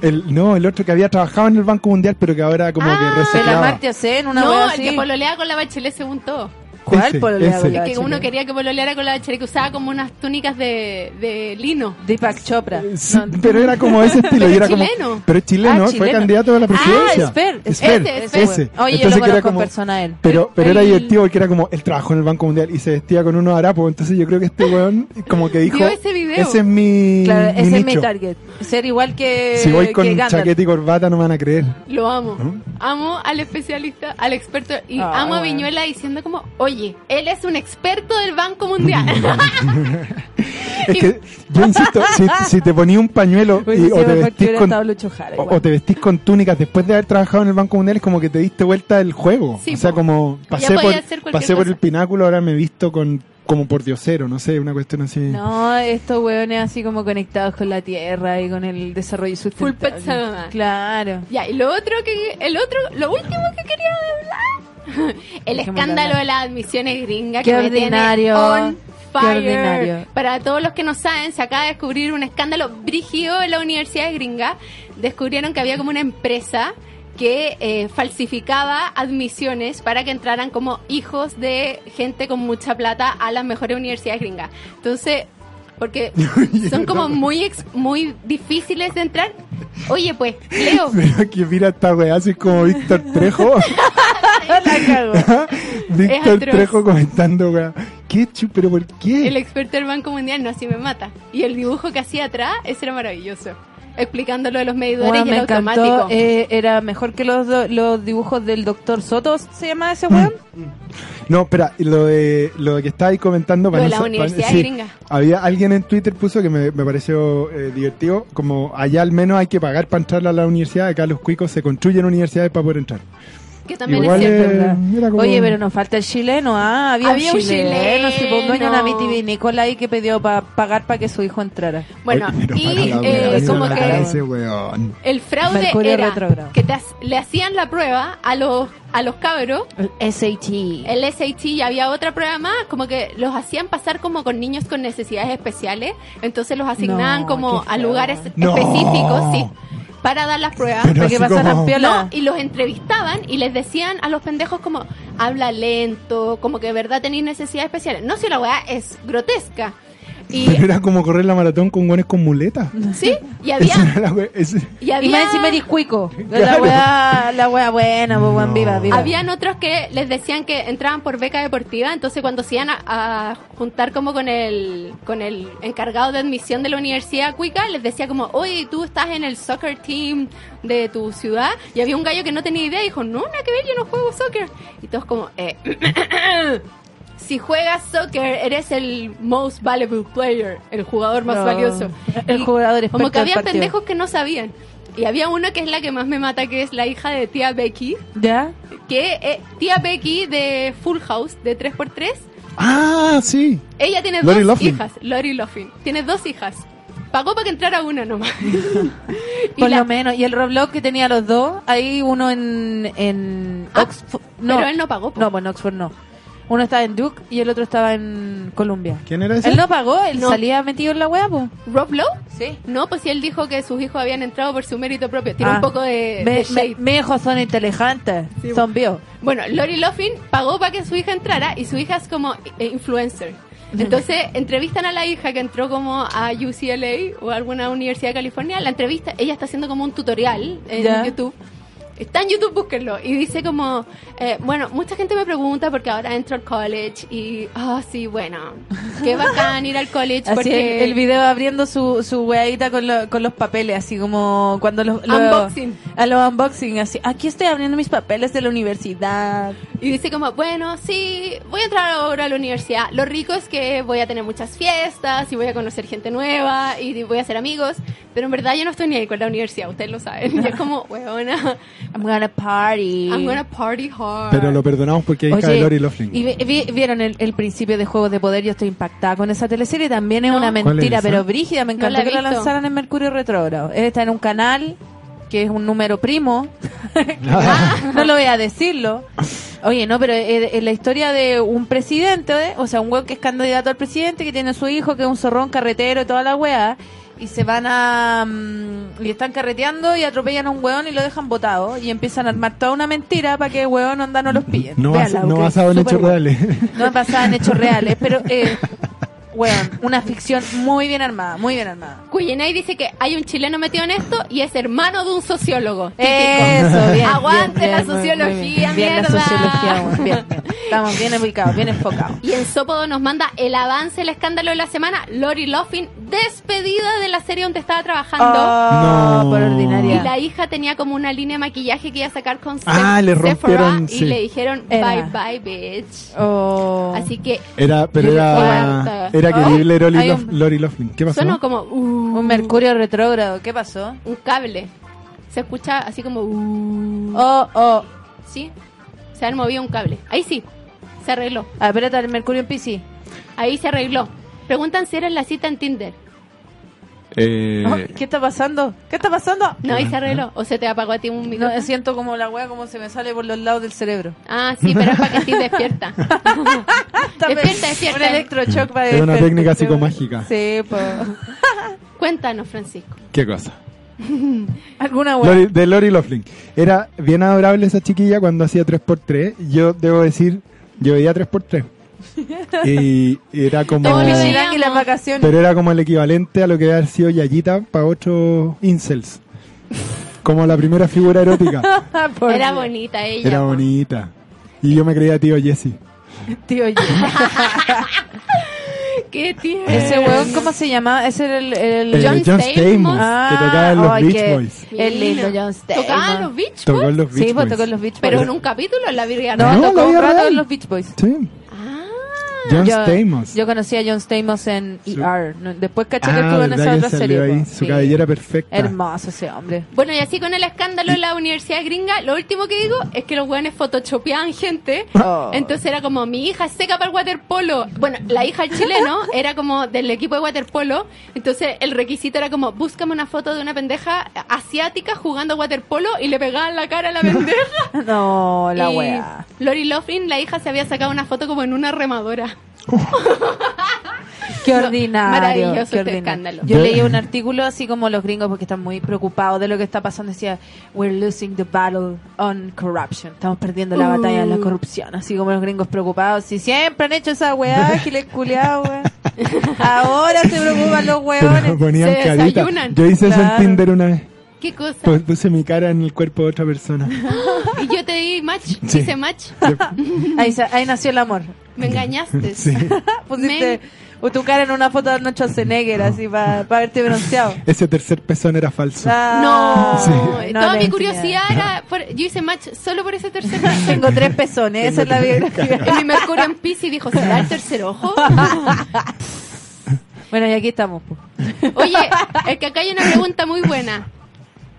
C: El, no, el otro que había trabajado en el Banco Mundial, pero que ahora como
A: Ah,
C: que
B: Pero
C: reciclaba.
B: Marte Ocen, una
A: No,
B: weá
A: el que
B: así.
A: pololeaba con la bachelet según todo.
B: ¿Cuál
C: Ese,
B: pololeo,
C: ese.
B: la
A: Que
B: bachelet?
A: uno quería que pololeara con la bachelet, que usaba como unas túnicas de, de lino.
B: Deepak Chopra.
C: Sí,
B: No,
C: pero era como ese estilo. y
A: Pero
C: era
A: es
C: como-
A: chileno.
C: pero es chileno,
B: Ah,
C: fue
B: chileno.
C: candidato a la presidencia.
B: Ah, Esper,
C: Esper,
A: ese,
C: ese.
A: Esper.
B: Oye, yo
C: Entonces
B: lo
C: que era
B: conozco en
C: como-
B: persona a él.
C: Pero, pero era
A: El-
C: divertido porque era como, él trabajó en el Banco Mundial y se vestía con unos harapos, entonces yo creo que este weón como que dijo,
A: Vio ese video.
C: es mi,
B: Claro,
C: mi
B: ese es mi
C: nicho.
B: target. Ser igual que.
C: Si
A: Eh,
C: voy con
B: que Gandalf.
C: chaqueta y corbata no me van a creer.
A: Lo amo.
C: Ujú.
A: Amo al especialista, al experto y
B: Ah,
A: amo a
B: bueno.
A: Viñuela diciendo como, oye, él es un experto del Banco Mundial.
C: Es que yo insisto, si, si te ponía un pañuelo
B: Pues
C: y-
B: sí,
C: o, te
B: mejor que
C: vestís
B: hubiera
C: con,
B: estado Lucho Jara
C: o-
B: igual.
C: o te vestís con túnicas después de haber trabajado en el Banco Mundial es como que te diste vuelta del juego.
A: Sí,
C: o sea,
A: po.
C: como pasé,
A: podía
C: por,
A: hacer cualquier
C: pasé por
A: cosa.
C: el pináculo, ahora me he visto con como por diosero, no sé, una cuestión así.
B: No, estos hueones así como conectados con la tierra y con el desarrollo
A: Full
B: sustentable.
A: pet Salamá.
B: Claro.
A: Ya, y lo otro que, el otro, lo último que quería hablar, el
B: Dejémoslo
A: escándalo
B: hablar.
A: de las admisiones gringas
B: Qué
A: que me
B: ordinario,
A: tiene on
B: qué
A: fire.
B: ordinario.
A: Para todos los que no saben, se acaba de descubrir un escándalo brígido en la universidad de gringa. Descubrieron que había como una empresa que eh, falsificaba admisiones para que entraran como hijos de gente con mucha plata a las mejores universidades gringas. Entonces, porque son como muy ex- muy difíciles de entrar. Oye, pues, Leo,
C: Pero que mira esta weá así como Víctor Trejo. Víctor
A: atroz.
C: Trejo comentando, weá. ¿Qué chu- ¿Pero por qué?
A: El experto del Banco Mundial, no, así me mata. Y el dibujo que hacía atrás, ese era maravilloso. Explicando lo de los medidores
B: Bueno,
A: y el
B: me encantó.
A: automático.
B: eh, era mejor que los, do- los dibujos del doctor Soto, ¿se llama ese hueón?
C: No, espera, y lo de lo de que estabas ahí comentando.
A: Lo de la
C: Vanessa-
A: universidad
C: Van- sí,
A: gringa.
C: Había alguien en Twitter puso que me, me pareció eh, divertido, como allá al menos hay que pagar para entrar a la universidad, acá los cuicos se construyen universidades para poder entrar.
A: que también
C: igual
A: es
C: es-
A: cierto.
B: ¿verdad?
C: mira cómo-
B: Oye, pero nos falta el chileno. Ah, había,
A: Había
B: un
A: un
B: chileno, sí, pues, dueño de una
A: chileno.
B: vitivinícola ahí que pidió para pagar para que su hijo entrara.
A: Bueno,
C: Oye, pero para
A: y
C: la
A: eh,
C: weá,
A: como
C: para
A: que
C: ese weón.
A: el fraude
B: Mercurio
A: era
B: retrógrado.
A: que te ha- le hacían la prueba a los, a los cabros,
B: El SAT.
A: el SAT y había otra prueba más, como que los hacían pasar como con niños con necesidades especiales, entonces los asignaban
B: No,
A: como
B: qué
A: a
B: feo.
A: lugares
C: No.
A: específicos, sí, para dar las pruebas.
C: Pero
B: Para que
C: así
B: pasaran
C: como-
B: piola.
A: No, y los entrevistaban y les decían a los pendejos como, habla lento, como que de verdad tenéis necesidades especiales. No, si la weá es grotesca. Y
C: Pero era como correr la maratón con gones con muletas.
A: sí, y
C: Esa
A: había,
C: era la weá, ese-
A: y
B: Y
A: había,
B: más encima eres cuico. La
C: Claro.
B: weá, la weá buena, pues, weón,
C: No.
B: viva, viva.
A: habían otros que les decían que entraban por beca deportiva, entonces cuando se iban a, a juntar como con el, con el encargado de admisión de la universidad cuica, les decía como, oye, tú estás en el soccer team de tu ciudad, y había un gallo que no tenía idea y dijo, no, nada que ver, yo no juego soccer. Y todos como, eh, Si juegas soccer, eres el most valuable player, el jugador más
B: No.
A: valioso.
B: El
A: Y
B: jugador experto
A: Como que
B: del
A: había
B: partido.
A: pendejos que no sabían. Y había una que es la que más me mata, que es la hija de tía Becky,
B: ¿Ya?
A: que eh, tía Becky de Full House, de 3x3,
C: Ah, sí.
A: ella tiene
C: Lori
A: dos
C: Loughlin.
A: hijas, Lori Loughlin, tiene dos hijas. Pagó para que entrara una nomás. Y
B: Por
A: la-
B: lo menos. Y el Roblox que tenía los dos, hay uno en, en
A: Ah,
B: Oxford.
A: Pero él no pagó. po.
B: No, bueno, Oxford no. Uno estaba en Duke y el otro estaba en Columbia.
C: ¿Quién era ese?
B: Él no pagó, él
A: No.
B: salía metido en la weá, pues.
A: ¿Rob Lowe?
B: Sí.
A: No, pues si él dijo que sus hijos habían entrado por su mérito propio. Tiene
B: Ah.
A: un poco de, de
B: Me,
A: shade.
B: me- me hijos son inteligentes,
A: Sí,
C: pues.
B: son bio.
A: Bueno, Lori Loughlin pagó para que su hija entrara y su hija es como eh, influencer. Entonces entrevistan a la hija que entró como a UCLA o a alguna universidad de California. La entrevista, ella está haciendo como un tutorial en
B: Ya.
A: YouTube. Está en YouTube, búsquenlo. Y dice como, eh, bueno, mucha gente me pregunta porque ahora entro al college y, ah, sí, bueno, qué bacán ir al college
B: Así
A: porque...
B: el, el video abriendo su, su weadita con, lo- con los papeles, así como cuando los... lo-
A: Unboxing.
B: A los unboxing, así. Aquí estoy abriendo mis papeles de la universidad.
A: Y dice como, bueno, sí, voy a entrar ahora a la universidad. Lo rico es que voy a tener muchas fiestas y voy a conocer gente nueva y voy a hacer amigos. Pero en verdad yo no estoy ni ahí con la universidad, ustedes lo saben. Y es como, weona,
B: I'm gonna party.
A: I'm gonna party hard.
C: Pero lo perdonamos porque es hija de
B: Oye,
C: Lori Loughlin.
B: y vi- vi- vieron el, el principio de Juegos de Poder, yo estoy impactada con esa teleserie, también es
A: No.
B: una
C: ¿Cuál es
B: mentira,
C: esa?
B: pero brígida, me
A: No la
B: encantó
A: he
B: que la
A: visto.
B: lanzaran en Mercurio Retrógrado. Está en un canal que es un número primo,
A: Ah,
B: no lo voy a decirlo. Oye, no, pero es, es la historia de un presidente, ¿eh? o sea, un weón que es candidato al presidente, que tiene a su hijo, que es un zorrón carretero y toda la weá, y se van a... mm, y están carreteando y atropellan a un weón y lo dejan botado, y empiezan a armar toda una mentira para que el weón onda no los pillen.
C: no
B: Véanla,
C: basa- no
B: porque es
C: basado en
B: súper
C: hechos
B: buena.
C: reales.
B: No basada en hechos reales, pero, eh, weón, una ficción muy bien armada, muy bien armada.
A: Cuyenay dice que hay un chileno metido en esto y es hermano de un sociólogo.
B: Eso, bien.
A: Aguante
B: bien,
A: la
B: bien, muy- muy
A: sociología,
B: bien. Bien la
A: mierda.
B: sociología, weón, bien, bien. Estamos bien ubicados, bien enfocados.
A: Y en Sópodo nos manda el avance, el escándalo de la semana. Lori Loughlin despedida de la serie donde estaba trabajando.
B: Oh,
C: No.
B: por
A: Y
B: ordinaria.
A: la hija tenía como una línea de maquillaje que iba a sacar con Sep-
C: Ah, le
A: Sephora
C: rompieron,
A: y
C: sí.
A: le dijeron
B: Era.
A: bye bye bitch.
B: Oh.
A: Así que
C: Era, pero
B: Yo
C: era,
A: recuerdo.
C: era
B: Oh,
C: creíble Lori,
B: hay
C: Lough-
B: un-
C: Lori Loughlin. ¿Qué pasó?
A: sonó como uh,
B: un mercurio retrógrado, ¿qué pasó?
A: un cable. Se escucha así como uh,
B: Oh, oh.
A: sí. Se han movido un cable. Ahí sí. Se arregló.
B: Ah, Espérate, el mercurio en PC.
A: Ahí se arregló. Preguntan si era la cita en Tinder.
D: Eh,
B: Oh, ¿Qué está pasando? ¿Qué está pasando?
A: No, ahí se arregló. O se te apagó a ti un
B: No,
A: micrófono.
B: siento como la wea como se me sale por los lados del cerebro.
A: Ah, sí, pero es para que estés despierta. Despierta, despierta.
B: Un electrochoc para
C: Es una
B: despertar.
C: técnica psicomágica.
B: Sí, po.
A: Cuéntanos, Francisco.
C: ¿Qué cosa?
B: Alguna wea.
C: Lori- de Lori Loughlin. Era bien adorable esa chiquilla cuando hacía 3x3. Yo debo decir, yo veía 3x3. Y era como...
A: Todo lo
B: Los
A: veía.
B: Irán y las vacaciones.
C: Pero era como el equivalente a lo que había sido Yayita para otros incels. Como la primera figura erótica.
B: Por
A: Era
B: Dios.
A: bonita ella.
C: Era
A: po.
C: bonita. Y yo me creía tío Jesse.
B: Tío, yo.
A: Qué tierno.
B: Ese weón, ¿cómo se llama? Ese era el... el-
C: Eh,
A: John Stamos.
C: que tocaba en los
B: Ah, ay,
C: Beach
B: qué-
C: Boys.
B: El lindo John Stamos.
A: Tocaban los Beach
C: Tocó en
A: Boys.
C: los Beach
B: Sí, pues
C: Boys.
B: tocó en los Beach Boys.
A: Pero en un capítulo en la vida
B: No,
A: real.
C: No, la
B: tocó un
C: vida
B: rato
C: real.
B: en los Beach Boys.
C: Sí.
A: Ah,
C: John
B: yo,
C: Stamos.
B: Yo conocí a John Stamos en ER. no- Después caché que
C: ah,
B: estuvo en esa
C: verdad que
B: otra serie.
C: salió ahí.
B: po.
C: Su
B: pues? Sí.
C: cabellera perfecta.
B: Hermoso ese hombre.
A: Bueno, y así con el escándalo en la universidad gringa, lo último que digo es que los weones photoshopeaban gente.
B: Oh.
A: Entonces era como, mi hija es seca para el waterpolo. Bueno, la hija del chileno era como del equipo de waterpolo. Entonces el requisito era como, búscame una foto de una pendeja asiática jugando waterpolo y le pegaban la cara a la pendeja.
B: No, la
A: Y
B: wea.
A: Lori Loughlin, la hija, se había sacado una foto como en una remadora.
B: Qué ordinario.
A: maravilloso
B: qué
A: este
B: ordinario.
A: escándalo.
B: Yo
C: Yo-
B: leí un artículo así como los gringos, porque están muy preocupados de lo que está pasando. Decía, we're losing the battle on corruption. Estamos perdiendo la batalla de la
A: Uh.
B: corrupción. Así como los gringos preocupados. Si siempre han hecho esa weá, giles culiados, weá. Ahora se preocupan los
C: Pero
B: weones.
C: ponían
A: se
C: carita.
A: desayunan.
C: Yo hice eso en
B: Claro.
C: Tinder una vez.
A: ¿Qué cosa?
C: Pu- Puse mi cara en el cuerpo de otra persona.
A: Y yo te di match,
C: Sí.
A: hice match.
B: Ahí, sa- ahí nació el amor. Ah,
A: Me engañaste.
C: Sí.
B: Pusiste tu cara en una foto de Arnold Schwarzenegger, así, para verte bronceado.
C: Ese tercer pezón era falso.
B: Ah,
A: No,
C: Sí.
A: toda
B: le
A: mi
B: enseñaron.
A: curiosidad era. por- yo hice match solo por ese tercer ojo.
B: Tengo tres pezones, esa es la biografía.
A: Y mi Mercurio en Pisces dijo: ¿Será el tercer ojo?
B: Bueno, y aquí estamos. pues. po.
A: Oye, es que acá hay una pregunta muy buena.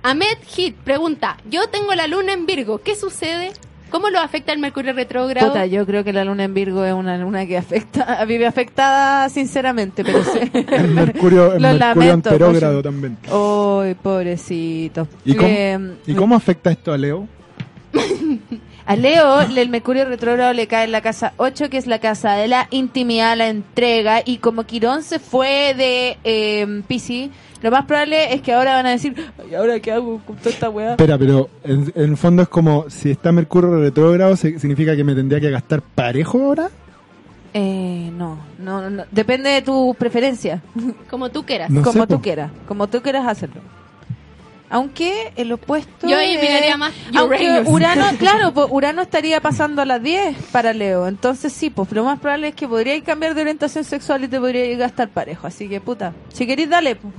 A: Ahmed Hit pregunta: Yo tengo la luna en Virgo, ¿qué sucede? ¿Cómo lo afecta el Mercurio retrógrado?
B: Puta, yo creo que la luna en Virgo es una luna que afecta, vive afectada sinceramente, pero sí.
C: En Mercurio, en,
B: Lo
C: Mercurio en
B: lamento,
C: perógrado
B: por-
C: también.
B: Ay, pobrecito.
C: ¿Y cómo,
B: Eh,
C: ¿Y cómo afecta esto a Leo?
B: A Leo, el Mercurio retrógrado le cae en la casa 8, que es la casa de la intimidad, la entrega. Y como Quirón se fue de eh, Piscis, lo más probable es que ahora van a decir, ¿y ahora qué hago con toda esta weá?
C: Espera, pero en, en el fondo es como si está Mercurio retrógrado, se- significa que me tendría que gastar parejo ahora.
B: Eh, no, no, no, no. Depende de tu preferencia.
A: Como tú quieras.
C: No sé,
B: como tú
C: po.
B: quieras. Como tú quieras hacerlo. Aunque el opuesto.
A: Yo ahí
B: de-
A: miraría más
B: Aunque
A: Uranus.
B: Urano, claro, pues, Urano estaría pasando a las 10 para Leo. Entonces, sí, pues lo más probable es que podríais cambiar de orientación sexual y te podríais gastar parejo. Así que, puta, si queréis, dale. pues.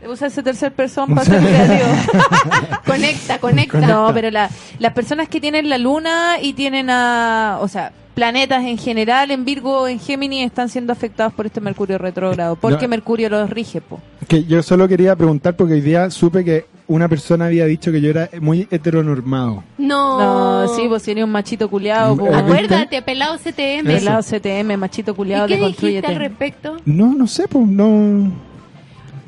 B: Le puse ese tercer persona para ser creativo.
A: Conecta, conecta.
B: No, pero la- las personas que tienen la luna y tienen a. O sea, planetas en general, en Virgo, en Géminis, están siendo afectados por este Mercurio retrógrado. Porque
C: No.
B: Mercurio los rige, pues.
C: Que yo solo quería preguntar porque hoy día supe que una persona había dicho que yo era muy heteronormado.
A: No.
B: No, sí, pues tiene un machito culiado.
C: Mm,
B: po.
C: eh,
A: Oh. Acuérdate, pelado CTM.
C: Eso.
B: Pelado CTM, machito culiado,
A: ¿Y qué dijiste al
B: deconstrúyete.
A: respecto?
C: No, no sé, pues no.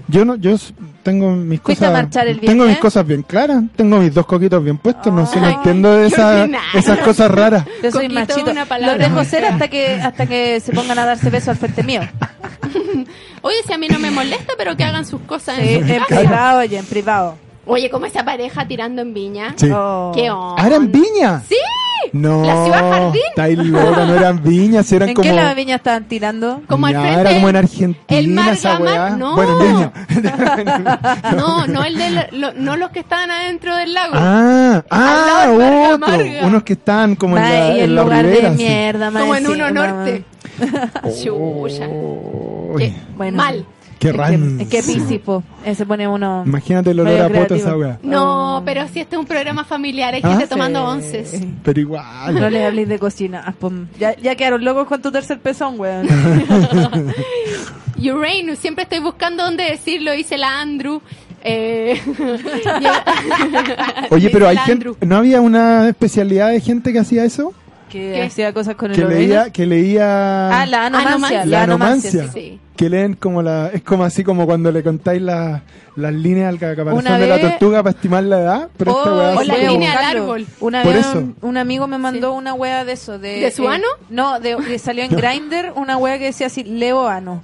C: Yo no, yo s- tengo mis
B: ¿Fuiste
C: cosas.
B: a marchar el
C: Tengo mis
B: viernes?
C: cosas bien claras, tengo mis dos coquitos bien puestos, no sé, no
A: Ay,
C: entiendo
A: qué
C: esa-
A: ordinario.
C: esas cosas raras.
B: Yo soy
A: Coquito,
B: machito.
A: una palabra
B: Lo dejo
A: muy
B: ser
A: fea.
B: hasta que, hasta que se pongan a darse besos al frente mío.
A: Oye, si a mí no me molesta, pero que hagan sus cosas en su
B: Eh, en
A: casa.
B: privado, y en privado.
A: Oye, como esa pareja tirando en viña.
C: Sí.
B: Oh.
A: ¿Qué onda?
C: ¿Ahora en Viña?
A: Sí.
C: No.
A: La ciudad jardín.
C: Está ahí loca, no eran viñas, si eran
B: ¿En
C: como.
B: qué la viña estaban tirando?
A: Como al
C: Ya,
A: frente.
C: era como en Argentina
A: el mar
C: esa
A: Gamar,
C: weá.
A: no.
C: Bueno, en Viña.
A: No, no el de la- lo- no los que estaban adentro del lago.
C: Ah, ah,
A: Al lado de Marga,
C: otro.
A: Marga.
C: Unos que están como en la,
B: Ay,
C: en
B: el
C: la
B: lugar
C: ribera,
B: de
C: sí.
B: mierda,
A: como
B: más
A: en uno
B: encima,
A: norte.
C: Oh,
A: Chucha. Qué-
B: Bueno.
A: Mal.
C: Qué
B: más.
C: rancio.
B: Es que pisipo. Se pone uno.
C: Imagínate el olor
B: Medio
C: a poto
B: creativo.
C: esa weá. Oh.
A: No, pero si este es un programa familiar, hay gente
C: Ah,
A: tomando
B: Sí.
A: onces.
C: Pero
B: No
C: igual.
B: les habléis de cocina. Ah, pum. Ya, ya quedaron locos con tu tercer pezón, weón.
A: Uranus, siempre estoy buscando dónde decirlo, dice la Andrew. Eh, ya-
C: Oye,
A: dice
C: pero hay
A: la
C: gente,
A: Andrew.
C: ¿no había una especialidad de gente que hacía eso?
B: Que
A: ¿Qué?
B: hacía cosas con
C: Que
B: el
C: leía, que leía
B: Ah, la anomancia.
A: Anomancia.
C: la
B: anomancia,
C: anomancia.
B: sí, sí.
A: sí.
C: Que leen como la, es como así como cuando le contáis la- las líneas al ca- caparazón
B: Una
C: de la
B: vez-
C: tortuga para estimar la edad, pero esta
B: Oh,
C: weá
B: sí,
A: o
C: hace
A: la
B: voy a
C: como-
A: línea al
B: buscarlo.
A: árbol.
B: Una
C: Por
B: vez
C: eso.
B: un, un amigo me mandó una wea de eso. ¿De, eh,
A: ¿De su ano?
B: No, de, que salió en Grindr una wea que decía así, Leo ano.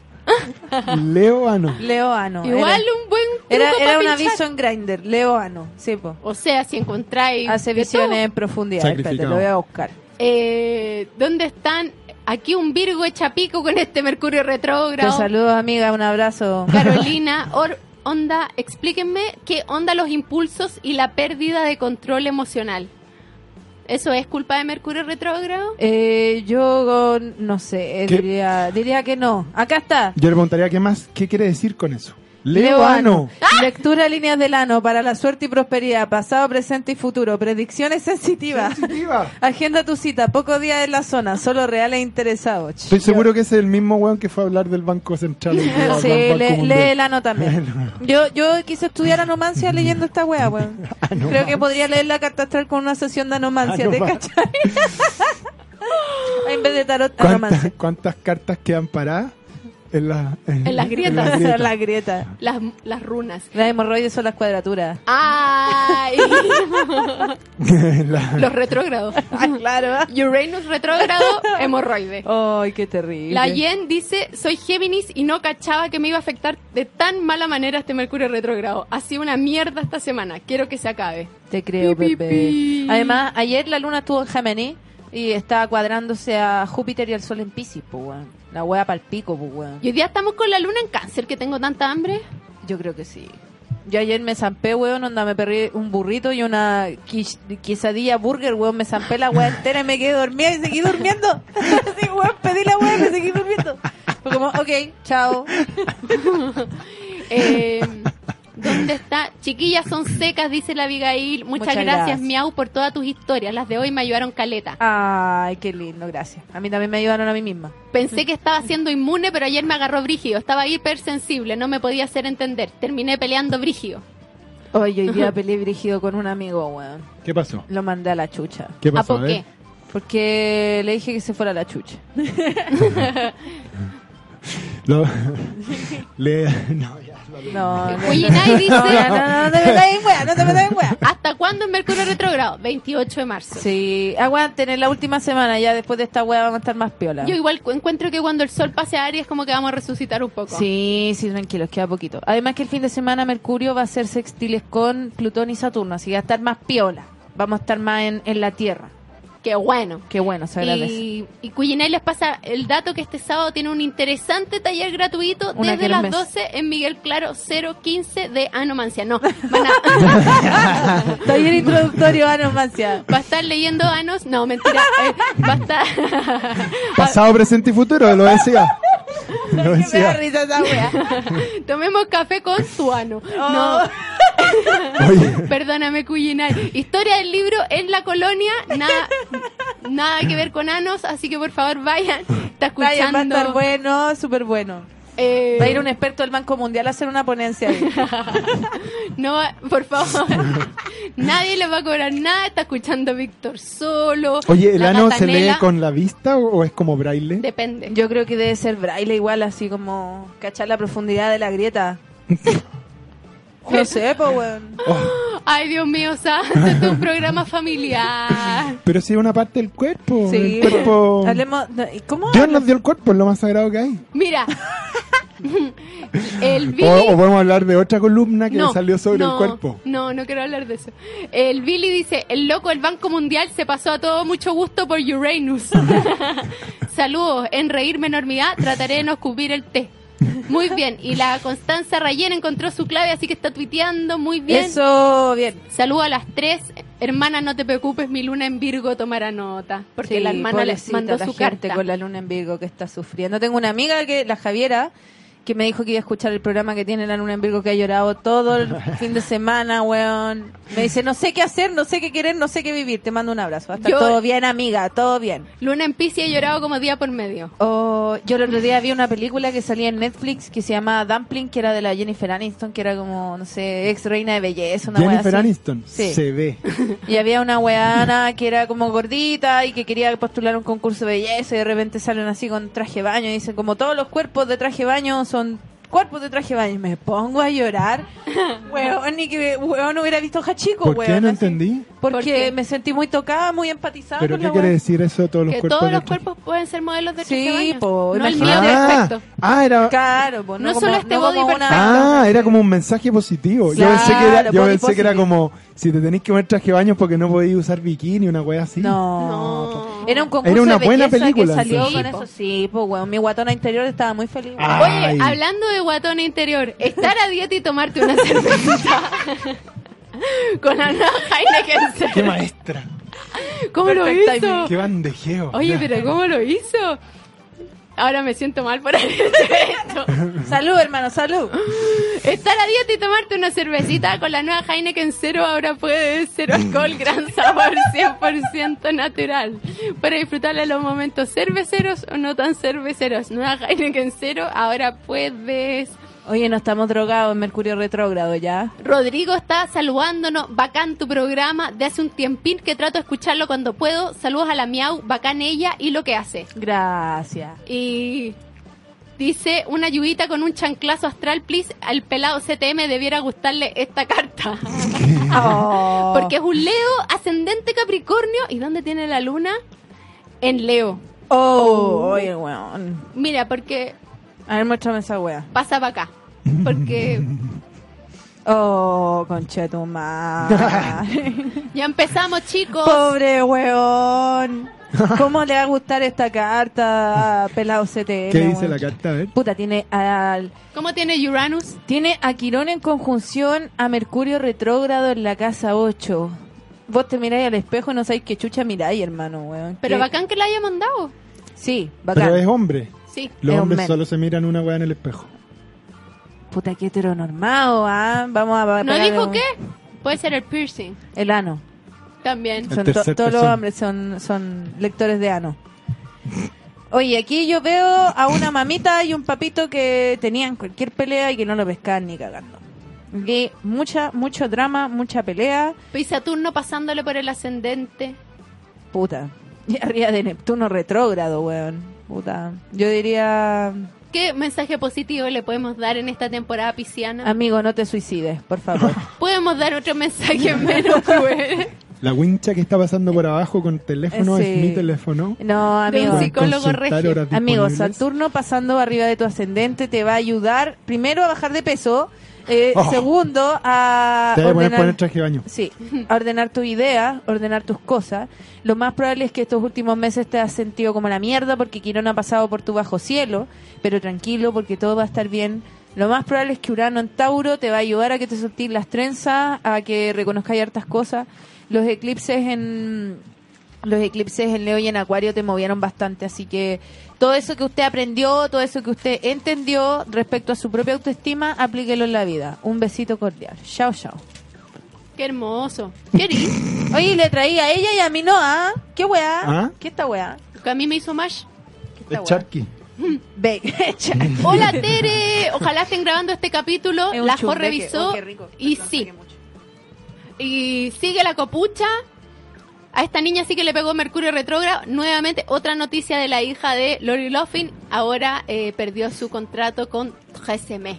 C: Leo ano.
B: Leo ano. Era-
A: Igual un buen truco
B: Era, era,
A: pa'
B: un
A: pinchar.
B: aviso en Grindr, Leo ano. Sí, po.
A: O sea, si encontráis
B: Hace
A: de
B: visiones en profundidad. Espérate,
C: Sacrificado.
B: lo voy a buscar.
A: todo, eh, ¿dónde están? Aquí un Virgo hecha pico con este Mercurio
B: Te
A: retrógrado.
B: saludo, amiga. Un abrazo.
A: Carolina, or- onda, explíquenme qué onda los impulsos y la pérdida de control emocional. ¿Eso es culpa de Mercurio retrógrado?
B: Eh, yo go- no sé, eh,
C: ¿Qué?
B: diría, diría que no. Acá está.
C: Yo le preguntaría qué más, ¿qué quiere decir con eso? Leo,
B: Leo
C: ano.
B: ano. Lectura de líneas del ano para la suerte y prosperidad, pasado, presente y futuro. Predicciones sensitivas.
C: Sensitiva.
B: Agenda tu cita, pocos días en la zona, solo reales interesados. Ch-
C: Estoy seguro que ese es el mismo weón que fue a hablar del Banco Central. y que habló
B: Sí,
C: del Banco
B: le-
C: Mundial.
B: lee el ano también. Yo, yo quise estudiar anomancia leyendo esta wea, weón.
C: Ah,
B: Creo que podría leer la carta astral con una sesión de anomancia, ¿te
C: Anomancia.
B: cachai? en vez de tarot,
C: ¿Cuántas,
B: anomancia.
C: cuántas cartas quedan paradas en, la-
A: En las grietas.
C: las
B: Hacer la grieta.
A: Las, las runas.
B: Las hemorroides son las cuadraturas.
A: ¡Ay!
C: En la-
A: los retrógrados.
B: Ah, claro.
A: Uranus retrógrado, hemorroide.
B: Ay, qué terrible.
A: La Yen dice, soy Géminis y no cachaba que me iba a afectar de tan mala manera este Mercurio retrógrado. Ha sido una mierda esta semana, quiero que se acabe.
B: Te creo,
A: Pi, pi,
B: Pepe.
A: pi.
B: Además, ayer la luna estuvo en Géminis y estaba cuadrándose a Júpiter y al Sol en Pisces, pues, weón. La wea pa'l pico, pues, weón.
A: Y hoy día estamos con la luna en cáncer, que tengo tanta hambre.
B: Yo creo que sí. Yo ayer me zampé, weón, onda, me perdí un burrito y una quiche- quesadilla burger, weón, me zampé la weá entera y me quedé dormida y seguí durmiendo. sí, weón, pedí la weá y me seguí durmiendo. Fue como, ok, chao.
A: Eh, ¿Dónde está? Chiquillas son secas, dice la Abigail. Muchas,
B: Muchas
A: gracias,
B: gracias.
A: Miau, por todas tus historias. Las de hoy me ayudaron caleta.
B: Ay, qué lindo, gracias. A mí también me ayudaron a mí misma.
A: Pensé que estaba siendo inmune, pero ayer me agarró brígido. Estaba hipersensible, no me podía hacer entender. Terminé peleando brígido.
B: Hoy, hoy día peleé brígido con un amigo, weón.
C: ¿Qué pasó?
B: Lo mandé a la chucha.
C: ¿Qué
A: ¿A
C: pasó?
A: por
C: A ver.
A: qué?
B: Porque le dije que se fuera a la chucha.
C: Lo- le- no, ya, lo-
B: No, no.
A: Oye, nadie dice-
B: No, ya, no, no, no te metas en wea, no te metas en wea.
A: ¿Hasta cuándo es Mercurio retrógrado? 28 de marzo.
B: Sí, aguanten, en la última semana ya después de esta wea vamos a estar más piola.
A: Yo igual cu- encuentro que cuando el sol pase a Aries como que vamos a resucitar un poco.
B: Sí, sí, tranquilos, queda poquito. Además que el fin de semana Mercurio va a hacer sextiles con Plutón y Saturno, así que va a estar más piola. Vamos a estar más en, en la Tierra.
A: Qué bueno.
B: Qué bueno, se agradece.
A: Y, y Cuyinay les pasa el dato que este sábado tiene un interesante taller gratuito
B: Una
A: desde las
B: kermés.
A: 12 en Miguel Claro 015 de Anomancia. No, van a,
B: Taller introductorio a Nomancia.
A: va a estar leyendo Anos. No, mentira. eh, va a estar
B: Ah.
C: Pasado, presente y futuro, lo decía. Lo decía.
A: Tomemos café con su ano.
B: Oh.
A: No,
C: Oye,
A: perdóname, Cuyinay. Historia del libro en la colonia. Nada, nada que ver con Anos, así que por favor vayan. Está
B: Vayan, va a estar
A: escuchando.
B: bueno, súper bueno.
A: eh,
B: Va a ir un experto del Banco Mundial a hacer una ponencia. ahí.
A: No, va- por favor. Nadie le va a cobrar nada. Está escuchando a Víctor solo.
C: Oye, ¿el
A: La
C: ano se lee
A: Gatanela.
C: con la vista o o es como braille?
A: Depende.
B: Yo creo que debe ser braille igual, así como cachar la profundidad de la grieta. No sé, po, weón.
A: Ay, Dios mío, santo. Este es un programa familiar.
C: Pero sí, una parte del cuerpo.
B: Sí.
C: El cuerpo...
B: Hablemos. no, ¿Cómo?
C: Dios nos dio el cuerpo, es lo más sagrado que hay.
A: Mira. El Billy...
C: O, o podemos hablar de otra columna que
A: no,
C: le salió sobre
A: no,
C: el cuerpo.
A: No, no quiero hablar de eso. El Billy dice, el loco del Banco Mundial se pasó a todo mucho gusto por Uranus. Saludos, en reírme enormidad trataré de no escupir el té. Muy bien, y la Constanza Rayén encontró su clave, así que está tuiteando muy bien.
B: Eso, bien.
A: Saludo a las tres. Hermana, no te preocupes, mi luna en Virgo tomará nota. Porque
B: Sí,
A: la hermana les
B: pobrecita
A: mandó
B: la
A: su
B: gente
A: carta.
B: con la luna en Virgo que está sufriendo. Tengo una amiga que, la Javiera, que me dijo que iba a escuchar el programa que tiene la luna en Virgo, que ha llorado todo el fin de semana, weón. Me dice, no sé qué hacer, no sé qué querer, no sé qué vivir. Te mando un abrazo. Está
A: Yo-
B: todo bien, amiga, todo bien.
A: Luna en Pisces he llorado como día por medio.
B: Oh, yo el otro día vi una película que salía en Netflix que se llamaba Dumpling, que era de la Jennifer Aniston, que era como, no sé, ex reina de belleza, una
C: Jennifer
B: wea así.
C: Aniston,
B: Sí.
C: se ve.
B: Y había una weana que era como gordita y que quería postular un concurso de belleza y de repente salen así con traje de baño y dicen como todos los cuerpos de traje de baño son cuerpos de traje de baño. Y me pongo a llorar. Weón, ni que weón hubiera visto Hachico,
C: ¿Por
B: weón.
C: qué no
B: así.
C: entendí?
B: Porque
A: ¿Por qué?
B: me sentí muy tocada, muy empatizada
C: ¿Pero
B: con
C: qué
B: la
C: quiere
B: weá.
C: decir eso todos los
A: Que
C: cuerpos?
A: todos los
C: de-
A: cuerpos pueden ser modelos de
B: Sí,
A: traje de baño.
B: po,
A: no el mío
B: imagínate.
C: Ah,
A: perfecto.
C: ah, era,
B: Claro, po, no,
A: No
B: como-
A: solo este
B: no
A: body
B: como una-
C: ah, era como un mensaje positivo.
B: Claro,
C: yo pensé que era, yo
B: body
C: pensé que era
B: positive.
C: como si te tenéis que poner traje de baño porque no podéis usar bikini, una wea así.
B: No.
A: No.
B: Era un concurso
C: Era una
B: de
C: buena
B: belleza
C: película,
B: que salió
A: Sí,
B: con
C: entonces.
A: po.
B: eso. Sí, pues, weón. Mi guatona interior estaba muy feliz.
C: Ah. Ay.
A: Oye, hablando de guatón interior, estar a dieta y tomarte una cerveza con la
C: Qué
A: Heineken.
C: maestra,
A: ¿Cómo lo
B: Perfect
A: hizo?
B: timing.
C: qué bandejeo.
A: Oye,
C: Ya.
A: pero ¿cómo lo hizo? Ahora me siento mal por haber hecho esto.
B: Salud, hermano, salud.
A: Estar a dieta y tomarte una cervecita con la nueva Heineken Cero ahora puede cero alcohol, gran sabor, 100% natural. Para disfrutar de los momentos cerveceros o no tan cerveceros. Nueva Heineken Cero ahora puedes.
B: Oye, no estamos drogados en Mercurio retrógrado ya.
A: Rodrigo está saludándonos. Bacán tu programa. De hace un tiempín que trato de escucharlo cuando puedo. Saludos a la Miau. Bacán ella y lo que hace.
B: Gracias.
A: Y dice una ayudita con un chanclazo astral, please. Al pelado CTM debiera gustarle esta carta.
B: Oh.
A: Porque es un Leo ascendente Capricornio. ¿Y dónde tiene la luna? En Leo.
B: Oh, oye, weón.
A: Mira, porque
B: A ver, muéstrame esa wea.
A: pasa para acá. Porque
B: Oh, conchetumadre.
A: ya empezamos, chicos.
B: Pobre weón. ¿Cómo le va a gustar esta carta, pelado CTM?
C: ¿Qué dice
B: weón?
C: la carta? A ver.
B: Puta, tiene al
A: ¿Cómo tiene Uranus?
B: Tiene a Quirón en conjunción a Mercurio retrógrado en la casa 8. Vos te miráis al espejo y no sabéis qué chucha miráis, hermano, weón.
A: Pero
B: Que-
A: bacán que la haya mandado.
B: Sí,
C: Pero es
B: bacán.
C: hombre.
A: Sí.
C: Los
B: Es un
C: hombres
B: men.
C: solo se miran una wea en el espejo.
B: Puta, qué heteronormado, ¿ah? Vamos a...
A: ¿No
B: pagarle
A: dijo
B: un-
A: qué? Puede ser el piercing.
B: El ano.
A: También.
C: El
B: Son to-
C: tercer
B: todos los
C: persona.
B: hombres son, son lectores de ano. Oye, aquí yo veo a una mamita y un papito que tenían cualquier pelea y que no lo pescaban ni cagando. Aquí mucha, mucho drama, mucha pelea.
A: Y Saturno pasándole por el ascendente.
B: Puta. Y arriba de Neptuno retrógrado, weón. Puta. Yo diría,
A: ¿Qué mensaje positivo le podemos dar en esta temporada pisciana?
B: amigo, no te suicides, por favor.
A: Podemos dar otro mensaje menos cruel.
C: La wincha que está pasando por abajo con teléfono
B: Ese-
C: es mi teléfono.
B: No,
A: De
B: amigo.
A: un
C: Pueden
A: psicólogo
C: consultar
A: regio.
C: horas
B: Amigo,
C: disponibles.
B: Saturno pasando arriba de tu ascendente te va a ayudar primero a bajar de peso, eh,
C: Oh.
B: segundo a
C: Te voy a poner,
B: ordenar,
C: poner traje de baño.
B: sí, a ordenar tu idea, ordenar tus cosas. Lo más probable es que estos últimos meses te has sentido como la mierda porque Quirón ha pasado por tu bajo cielo, pero tranquilo porque todo va a estar bien. Lo más probable es que Urano en Tauro te va a ayudar a que te soltís las trenzas, a que reconozcáis hartas cosas. Los eclipses en los eclipses en Leo y en Acuario te movieron bastante, así que todo eso que usted aprendió, todo eso que usted entendió respecto a su propia autoestima, aplíquelo en la vida. Un besito cordial. Chao, chao.
A: Qué hermoso. Qué lindo.
B: Oye, le traía a ella y a mí no, ¿ah? ¿Qué weá?
C: ¿Ah?
B: ¿Qué esta weá?
A: Que a mí me hizo más.
B: ¿Qué esta
C: Es
B: weá?
C: Charqui.
B: Ve, echa.
A: Hola Tere, ojalá estén grabando este capítulo.
B: Es un
A: La Jo
B: chumbeque.
A: revisó
B: Oh, qué rico.
A: y
B: Perdón,
A: sí.
B: saqué mucho.
A: Y sigue la copucha. A esta niña sí que le pegó Mercurio retrógrado. Nuevamente, otra noticia de la hija de Lori Loughlin. Ahora eh, perdió su contrato con GSM.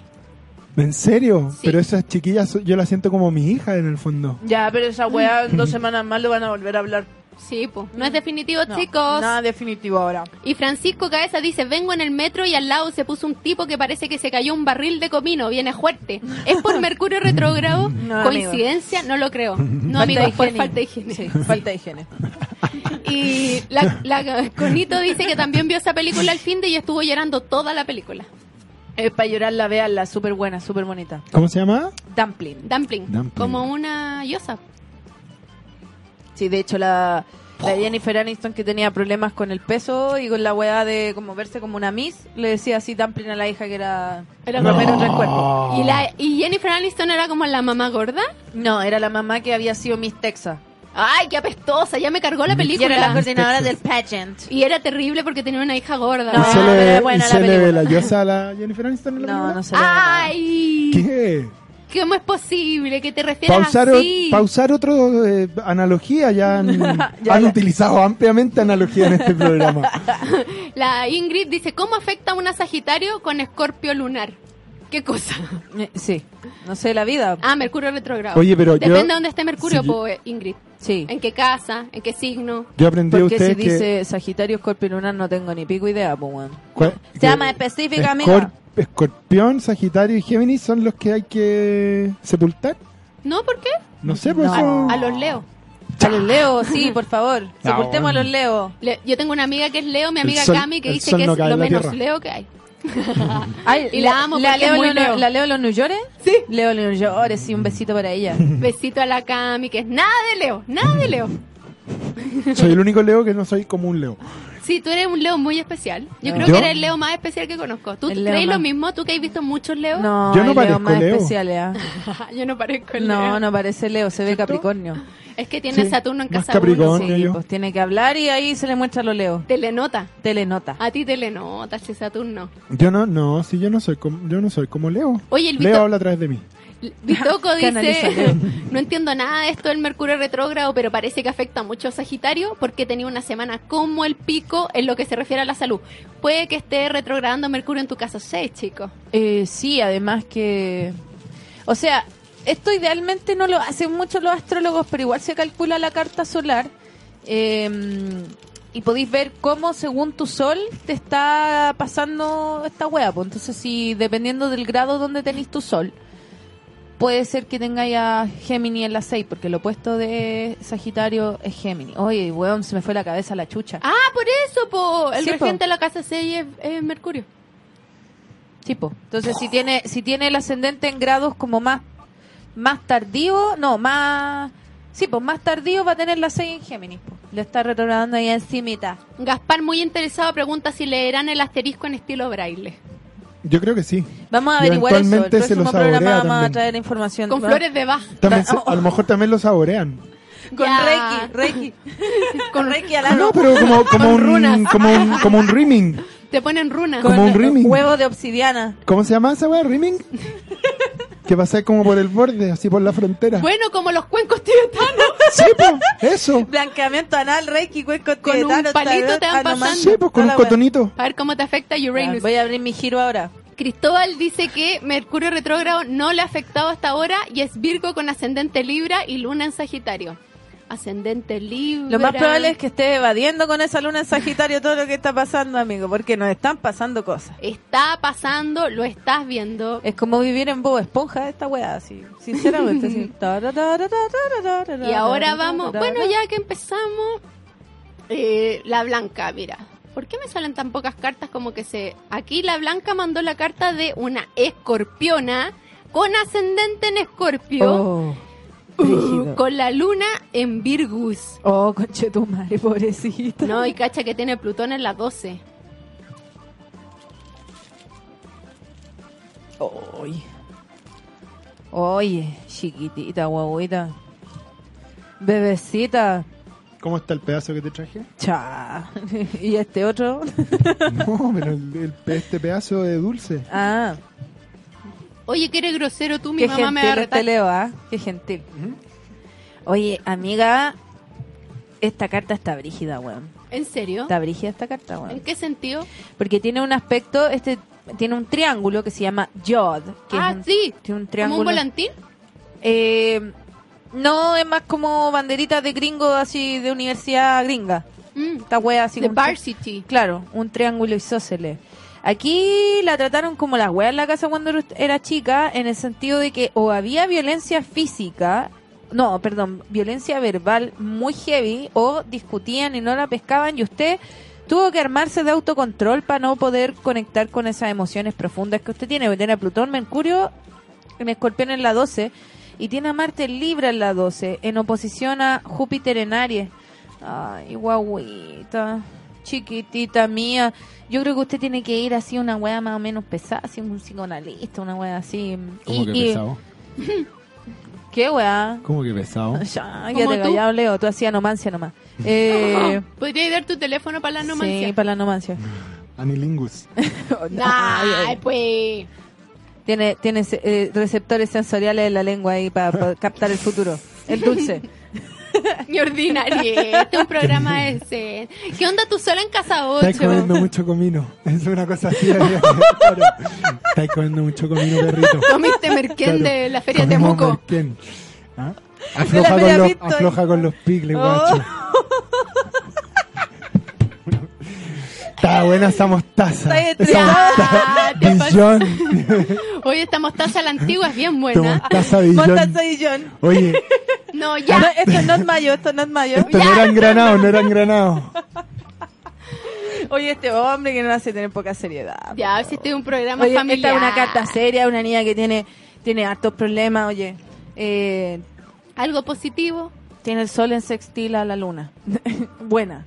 C: ¿En serio?
A: Sí.
C: Pero esas chiquillas yo las siento como mi hija en el fondo.
E: Ya, pero esa weá en dos semanas más lo van a volver a hablar.
A: Sí, pues. No es definitivo,
E: No,
A: chicos.
E: Nada definitivo ahora.
A: Y Francisco Cabeza dice, vengo en el metro y al lado se puso un tipo que parece que se cayó un barril de comino, viene fuerte. ¿Es por Mercurio retrógrado?
E: No,
A: ¿Coincidencia? No lo creo. No, amigo,
E: de
A: es por
E: higiene.
A: falta de higiene.
E: Sí, falta de higiene.
A: Y la, la- Conito dice que también vio esa película al fin de y estuvo llorando toda la película.
B: Es para llorarla, veanla, súper buena, súper bonita.
C: ¿Cómo se llama?
B: Dumpling.
A: Dumpling,
C: Dumpling.
A: como una yosa.
B: Sí, de hecho, la, la Jennifer Aniston que tenía problemas con el peso y con la weá de como verse como una miss, le decía así Dumpling a la hija que era
A: Era
B: Romero
A: como-
B: en el cuerpo.
C: Ah.
A: Y, la, y Jennifer Aniston era como la mamá gorda.
B: No, era la mamá que había sido Miss Texas.
A: Ay, qué apestosa, ya me cargó la
B: Y era la
A: película.
B: coordinadora del pageant.
A: Y era terrible porque tenía una hija gorda.
C: ¿Y
B: No,
C: se
B: pero
C: le,
B: es buena
C: y
B: la
C: se le
B: película.
C: ve la yosa a la Jennifer Aniston? en la
B: No,
C: película?
B: no se le ve nada.
A: Ay,
C: ¿Qué?
A: ¿Cómo es posible que te refieras
C: Pausar, o-
A: así?
C: pausar otra analogía. Ya han,
B: Ya,
C: han
B: ya.
C: utilizado ampliamente analogía en este programa.
A: La Ingrid dice, ¿cómo afecta a una Sagitario con escorpio lunar? ¿Qué cosa?
B: Eh, Sí, no sé, la vida.
A: Ah, Mercurio retrogrado.
C: Oye, pero yo-
A: Depende de dónde esté Mercurio,
C: Sí, yo-
A: po, eh, Ingrid.
B: Sí.
A: ¿En qué casa? ¿En qué signo?
C: Yo aprendí a
B: Porque si
C: ustedes que...
B: dice Sagitario, Scorpio, Lunar, no tengo ni pico idea, pues, weón.
C: cua- que
B: Llama específica, amiga.
C: Escorp- Escorpión, Sagitario y Géminis son los que hay que sepultar.
A: ¿No? ¿Por qué?
C: No sé, por
B: No.
C: eso...
A: A los Leo.
B: A los Leo, sí, por favor. Sepultemos a los Leo.
A: Le- yo tengo una amiga que es Leo, mi
C: El
A: amiga
C: sol-
A: Cami, que
C: el
A: dice
C: sol
A: que
C: no
A: es
C: cae en
A: lo
C: la
A: menos
C: tierra.
A: Leo que hay.
B: y la, amo la,
A: porque
B: leo
A: es muy
B: en los-
A: Leo.
B: ¿La leo en los New York? Sí. Leo en los New York, sí, un besito para ella.
A: Besito a la Cami, que es nada de Leo, nada de Leo.
C: Soy el único Leo que no soy como un Leo.
A: Sí, tú eres un Leo muy especial. Yo creo
C: ¿Yo?
A: que eres el Leo más especial que conozco. ¿Tú
B: El Leo
A: crees lo
B: más-
A: mismo? ¿Tú que has visto muchos Leos?
B: No,
C: Yo no
B: hay
C: parezco
B: Leo más
C: Leo.
B: especiales. ah.
A: yo no parezco el Leo.
B: No, no parece Leo, se ve Capricornio.
A: Es que tiene
C: Sí,
A: Saturno en
C: más
A: casa uno.
C: Capricornio.
A: sí.
C: Con
B: Sí,
C: Leo.
B: pues tiene que hablar y ahí se le muestra los Leo.
A: Telenota.
B: Telenota.
A: A ti telenota, si Saturno.
C: Yo no, no, si yo no soy como, yo no soy como Leo.
A: Oye, el Vito-
C: Leo habla a través de mí.
A: Bitoco
B: Canaliza,
A: dice,
B: Leo.
A: no entiendo nada de esto del Mercurio retrógrado, pero parece que afecta mucho a Sagitario porque tenía una semana como el pico en lo que se refiere a la salud. Puede que esté retrogradando Mercurio en tu casa 6, chicos.
B: Eh, sí, además que... O sea, esto idealmente no lo hacen mucho los astrólogos, pero igual se calcula la carta solar. eh, y podéis ver cómo según tu sol te está pasando esta hueá. Pues entonces, si dependiendo del grado donde tenéis tu sol, puede ser que tengáis a Géminis en la 6, porque lo opuesto de Sagitario es Géminis. Oye, weón, se me fue la cabeza la chucha.
A: Ah, por eso, po. El
B: Sí, po.
A: regente de la casa 6 es, es Mercurio.
B: Tipo. Entonces, si tiene, si tiene el ascendente en grados como más, más tardío, no, más. Sí, pues más tardío va a tener la 6 en Géminis. po. Le está retornando ahí encimita.
A: Gaspar, muy interesado, pregunta si leerán el asterisco en estilo braille.
C: Yo creo que sí.
B: Vamos a
C: Y
B: averiguar eso. El
C: eventualmente se
B: próximo
C: lo saborea
B: programa vamos a
C: también.
B: traer información.
A: Con
B: Va-
A: flores de Bach.
C: También se-
A: oh.
C: a lo mejor también lo saborean.
B: Con
A: Ya.
B: Reiki, Reiki. Con Reiki al
C: Ah, No,
B: lado.
C: pero como, como,
A: Con
C: un,
A: runas.
C: como un como un rimming.
A: Te ponen runas.
C: Con- como un rimming.
B: Huevo de obsidiana.
C: ¿Cómo se llama esa weá? ¿Rimming? Que pasé como por el borde, así por la frontera.
A: Bueno, como los cuencos tibetanos.
C: Sí, po, eso.
B: Blanqueamiento anal, Reiki, cuenco
A: Con un
B: tibetano,
A: palito
B: tarot,
A: te van
B: anomal.
A: pasando.
C: Sí, pues con
B: Hola,
C: un
B: wea.
C: cotonito.
A: A ver cómo te afecta
B: Ya,
A: Uranus.
B: Voy a abrir mi giro ahora.
A: Cristóbal dice que Mercurio retrógrado no le ha afectado hasta ahora y es Virgo con ascendente Libra y Luna en Sagitario. ascendente libre.
B: Lo más probable es que esté evadiendo con esa luna en Sagitario todo lo que está pasando, amigo, porque nos están pasando cosas.
A: Está pasando, lo estás viendo.
B: Es como vivir en Bob Esponja esta weá, así, sinceramente. así.
A: Y ahora vamos, bueno, ya que empezamos, eh, la blanca, mira. ¿Por qué me salen tan pocas cartas como que se... Aquí la blanca mandó la carta de una escorpiona con ascendente en escorpio,
B: Oh,
A: uh,
B: brígido.
A: con la luna en Virgus.
B: oh conchetumare, pobrecita.
A: No, y cacha que tiene Plutón en las 12.
B: Oy. Oye, chiquitita, guaguita. Bebecita.
C: ¿Cómo está el pedazo que te traje?
B: Cha. y este otro.
C: No, pero el- el- este pedazo de dulce.
B: Ah,
A: Oye, que eres grosero tú, mi
B: qué
A: mamá me va a
B: gentil
A: retar.
B: este Leo, ¿ah? Qué gentil. Oye, amiga, esta carta está brígida, weón.
A: ¿En serio?
B: Está brígida esta carta,
A: ¿En
B: weón.
A: qué sentido?
B: Porque tiene un aspecto, este tiene un triángulo que se llama Yod. Que
A: ah,
B: es un-
A: sí.
B: Tiene un
A: ¿Como
B: triángulo.
A: un volantín?
B: Eh, no, es más como banderitas de gringo, así de universidad gringa.
A: Mm,
B: Esta wea así
A: de
B: como-
A: varsity.
B: Claro, un triángulo isósceles. Aquí la trataron como las weas en la casa cuando era chica, en el sentido de que o había violencia física, no, perdón, violencia verbal muy heavy, o discutían y no la pescaban y usted tuvo que armarse de autocontrol para no poder conectar con esas emociones profundas que usted tiene. porque Tiene a Plutón, Mercurio, en Escorpión en la 12, y tiene a Marte en Libra en la 12, en oposición a Júpiter en Aries. Ay, guaguita, chiquitita mía. Yo creo que usted tiene que ir así una wea más o menos pesada, así un psicoanalista, una wea así.
D: ¿Cómo que pesado?
B: ¿Qué wea?
D: ¿Cómo que pesado?
B: Ya, ya
A: Como
B: te
A: tú.
B: callado, Leo. Tú hacías nomancia nomás. Eh,
A: Oh, Podrías dar tu teléfono para la
B: Sí,
A: nomancia.
B: para la nomancia.
C: Anilingus.
A: Oh, Nah, pues.
B: Tiene, tiene eh, receptores sensoriales en la lengua ahí para, captar el futuro. El dulce.
A: Mi ordinaria. Este es un programa ese. ¿Qué onda tú sola en casa
C: Estáis
A: 8?
C: comiendo mucho comino. Es una cosa así. Estáis comiendo mucho comino, perrito.
A: Comiste merquén
C: Claro.
A: de la feria de
C: Comimos
A: Temuco.
C: merquén. ¿Ah?
B: De la
C: Afloja,
B: feria
C: con los,
B: Bitcoin.
C: afloja con los pigles,
B: Oh.
C: guacho. Está buena esa mostaza.
B: Está
C: Esa
A: Ah, te
C: mostaza.
A: pasó.
C: Dijon.
A: Oye, esta mostaza a la antigua es bien
C: Tu
A: buena.
C: mostaza Dijon.
B: Mostaza y John.
C: Oye,
A: No,
B: No,
A: ya.
B: esto no es mayo, esto no es mayo.
C: esto no era engranado, no era engranado.
B: Oye, este hombre que no hace tener poca seriedad.
A: Ya, a ver si este es un programa
B: Oye,
A: familiar.
B: esta es una carta seria, una niña que tiene, tiene hartos problemas, oye. Eh,
A: Algo positivo.
B: tiene el sol en sextil a la luna. Buena.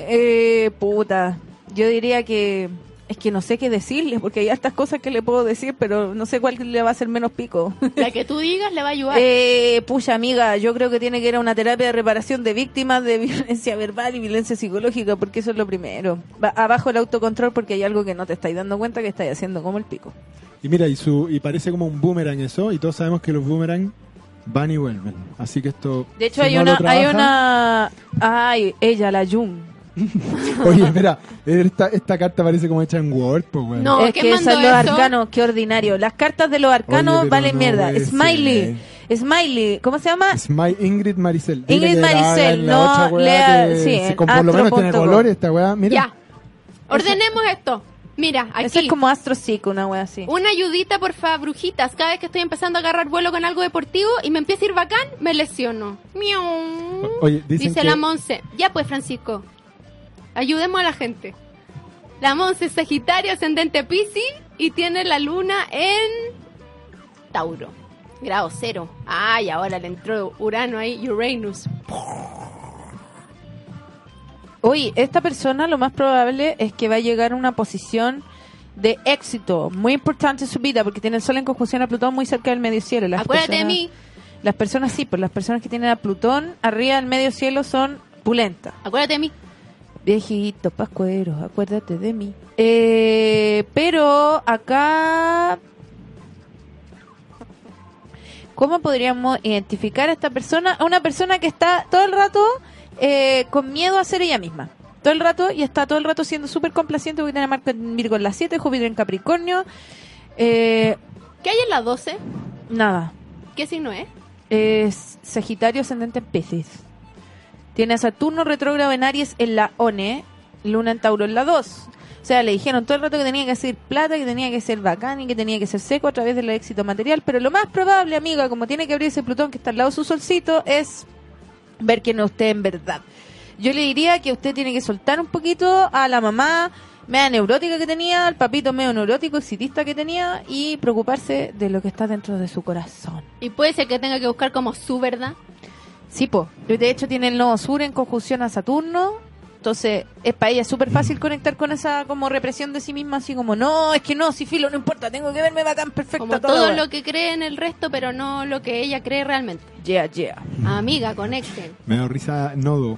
B: Eh, puta. Yo diría que es que no sé qué decirle, porque hay hartas cosas que le puedo decir, pero no sé cuál le va a hacer menos pico.
A: La que tú digas le va a ayudar.
B: Eh, pucha amiga, yo creo que tiene que ir a una terapia de reparación de víctimas de violencia verbal y violencia psicológica, porque eso es lo primero. Va- abajo el autocontrol, porque hay algo que no te estáis dando cuenta que estáis haciendo como el pico.
C: Y mira, y, su, y parece como un boomerang eso, y todos sabemos que los boomerang van y vuelven. Así que esto.
B: De hecho,
C: si
B: hay
C: no lo
B: una, hay
C: trabajan-
B: una, ay, ella, la Jung.
C: Oye, espera, esta, esta carta parece como hecha en Word, pues, weón.
A: No,
B: es
A: ¿quién
B: que
A: mandó
B: son los
A: eso?
B: arcanos, qué ordinario. Las cartas de los arcanos
C: Oye, pero
B: valen
C: no
B: mierda.
C: puede
B: Smiley, Smiley, ¿cómo se llama?
C: Es my Ingrid Maricel. Dile
B: Ingrid
C: que la haga
B: Maricel,
C: en la
B: no,
C: otra weá
B: lea-
C: que
B: sí,
C: se-
B: en
C: con- por lo menos tiene
B: astro.com.
C: color esta weá. Mira,
A: Ya. Ordenemos esto. Mira, aquí.
B: Eso es como Astro Psico, una wea así.
A: Una ayudita, porfa, brujitas. Cada vez que estoy empezando a agarrar vuelo con algo deportivo y me empieza a ir bacán, me lesiono. Miau.
C: O- oye, dicen
A: Dice
C: que-
A: la Monse. Ya pues, Francisco. Ayudemos a la gente. La Monse es Sagitario, ascendente Piscis y tiene la luna en Tauro. Grado cero. Ay, ahora le entró Urano ahí, Uranus.
B: Oye, esta persona lo más probable es que va a llegar a una posición de éxito muy importante en su vida porque tiene el sol en conjunción a Plutón muy cerca del medio cielo. Las
A: Acuérdate de
B: personas-
A: mí.
B: Las personas sí, pero las personas que tienen a Plutón arriba del medio cielo son pulentas.
A: Acuérdate de mí.
B: Viejito pascuero, acuérdate de mí. Eh, pero acá... ¿Cómo podríamos identificar a esta persona? A una persona que está todo el rato eh, con miedo a ser ella misma. Todo el rato y está todo el rato siendo súper complaciente porque tiene Marte en Virgo en la 7, Júpiter en Capricornio. Eh,
A: ¿Qué hay en la 12?
B: nada.
A: ¿Qué signo es?
B: Es Sagitario ascendente en Piscis. Tiene a Saturno retrógrado en Aries en la ONE, Luna en Tauro en la 2. O sea, le dijeron todo el rato que tenía que ser plata, que tenía que ser bacán y que tenía que ser seco a través del éxito material. Pero lo más probable, amiga, como tiene que abrirse Plutón que está al lado de su solcito, es ver quién es usted en verdad. Yo le diría que usted tiene que soltar un poquito a la mamá media neurótica que tenía, al papito medio neurótico, exitista que tenía y preocuparse de lo que está dentro de su corazón.
A: Y puede ser que tenga que buscar como su verdad.
B: Sí, po. De hecho, tiene el nodo sur en conjunción a Saturno. Entonces, es para ella súper fácil conectar con esa como represión de sí misma, así como, no, es que no, si filo, no importa, tengo que verme bacán, perfecto.
A: Como
B: toda la
A: todo
B: wea".
A: lo que cree en el resto, pero no lo que ella cree realmente.
B: Yeah, yeah.
C: Mm.
A: Amiga, conecten.
C: Me da risa nodo.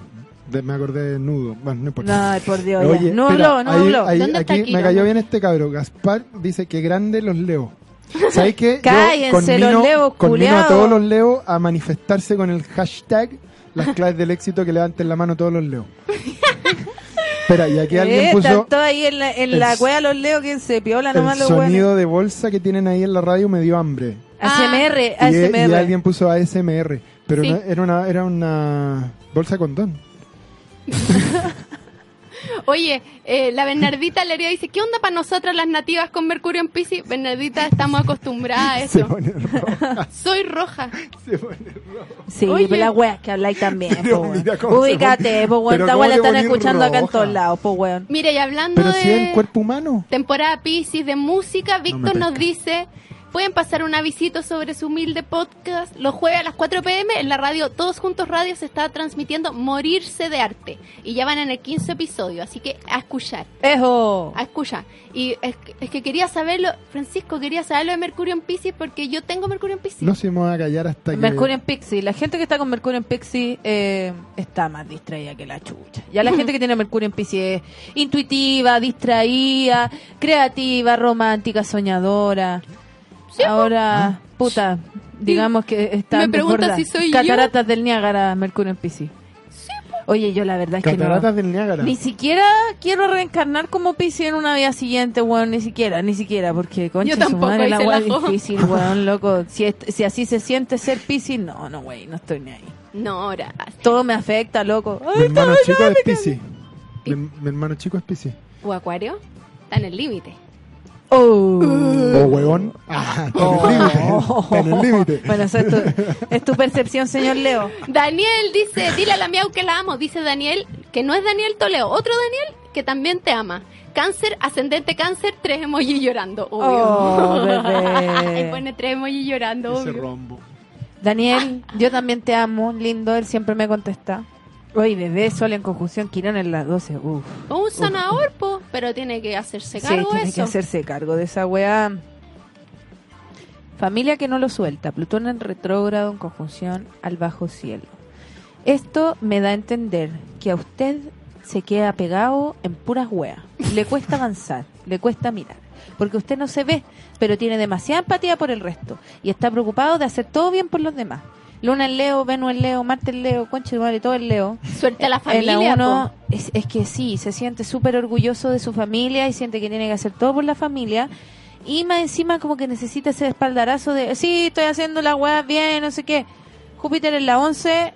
C: De- me acordé de nudo. Bueno, no importa.
B: Ay, por Dios,
C: Oye,
B: ya. No
C: espera,
B: habló, no
C: ahí-
B: habló.
C: ahí-
A: ¿Dónde está
C: aquí
A: Kiro?
C: me cayó bien este cabro. Gaspar dice que grande los leo. ¿Sabes qué? Yo
B: Cállense,
C: conmino-
B: los leo,
C: conmino a
B: culiao.
C: todos los leo a manifestarse con el hashtag las claves del éxito que levanten la mano todos los leo. Espera, y aquí alguien
B: Eh,
C: puso
B: están todos ahí en la, en la
C: el-
B: wea los leo que se piola
C: el
B: nomás los weones.
C: sonido de bolsa que tienen ahí en la radio me dio hambre.
B: ASMR,
C: Y, y
B: ASMR.
C: alguien puso ASMR, pero
A: Sí.
C: no- era una era una bolsa con don.
A: Oye, eh, la Bernardita Lería dice, ¿qué onda para nosotras las nativas con Mercurio en Pisces? Bernardita, estamos acostumbradas a
C: Se
A: eso.
C: pone roja,
A: Soy roja.
C: se pone roja.
B: Sí,
A: Oye.
B: pero las weas que habláis también,
C: Pero
B: po, weón.
C: mira cómo se
B: Ubícate,
C: pone-
B: po, weón.
C: Pero
B: Esta
C: cómo
B: wea la
C: te
B: están
C: poní
B: escuchando acá en
C: roja.
B: todos lados, po, weón.
A: Mira, y hablando
C: Pero
A: de...
C: si es el cuerpo humano.
A: Temporada Pisces de música, Víctor
C: pesca.
A: nos dice, pueden pasar una visita sobre su humilde podcast. Los jueves a las 4 pm en la radio Todos Juntos Radio se está transmitiendo Morirse de Arte. Y ya van en el 15 episodio, así que a escuchar,
B: Eso.
A: a escuchar. Y es, que- es que quería saberlo, Francisco, quería saberlo de Mercurio en Pisces porque yo tengo Mercurio en Pisces.
C: No se me va a callar hasta que
B: Mercurio en Pixie. La gente que está con Mercurio en Pixie eh, está más distraída que la chucha. Ya la gente que tiene Mercurio en Pixie es intuitiva, distraída, creativa, romántica, soñadora.
C: ¿Ah?
B: Ahora, puta, digamos que está
A: Me pregunta
B: desbordada.
A: si soy yo.
B: Cataratas del Niágara, Mercurio en Pixie. Oye, yo la verdad es que no.
C: Cataratas del Niágara.
B: Ni siquiera quiero reencarnar como Piscis en una vida siguiente, weón, ni siquiera, ni siquiera, porque concha
A: Yo
B: su
A: tampoco,
B: madre,
A: ahí
B: la
A: se
B: weá
A: la
B: es
A: jodo.
B: difícil, weón, loco. Si, est- si así se siente ser Piscis, no, no, güey, no estoy ni ahí.
A: No, ahora.
B: Todo me afecta, loco.
C: Mi
B: Ay,
C: hermano
B: todo
C: chico
B: llora,
C: es
B: me
C: Piscis. Mi, mi hermano chico es Piscis.
A: ¿O Acuario? Está en el límite.
B: cago. Oh.
C: O huevón. Ah, está en el límite. Está en el límite.
B: Bueno, eso es tu, es tu percepción, señor Leo.
A: Daniel dice, dile a la miau que la amo, dice Daniel, que no es Daniel Toleo, otro Daniel que también te ama. Cáncer, ascendente cáncer, tres emojis llorando, obvio.
B: Oh, bebé.
A: Y pone tres emojis llorando,
C: Ese
A: obvio.
C: rombo.
B: Daniel, yo también te amo, lindo, él siempre me contesta. Oye, bebé, sol en conjunción, Quirón en las 12, uff.
A: Un sanador, po, pero tiene que hacerse
B: Sí,
A: cargo
B: tiene
A: eso.
B: que hacerse cargo de esa weá. Familia que no lo suelta. Plutón en retrógrado en conjunción al bajo cielo. Esto me da a entender que a usted se queda pegado en puras weas. Le cuesta avanzar, le cuesta mirar. Porque usted no se ve, pero tiene demasiada empatía por el resto. Y está preocupado de hacer todo bien por los demás. Luna en Leo, Venus en Leo, Marte en Leo, Concha de Madre, todo en Leo.
A: Suelta a la
B: eh, En la
A: familia,
B: uno,
A: po.
B: es, es que sí, se siente súper orgulloso de su familia y siente que tiene que hacer todo por la familia. Y más encima como que necesita ese espaldarazo de, sí, estoy haciendo la weá bien, no sé qué. Júpiter en la 11,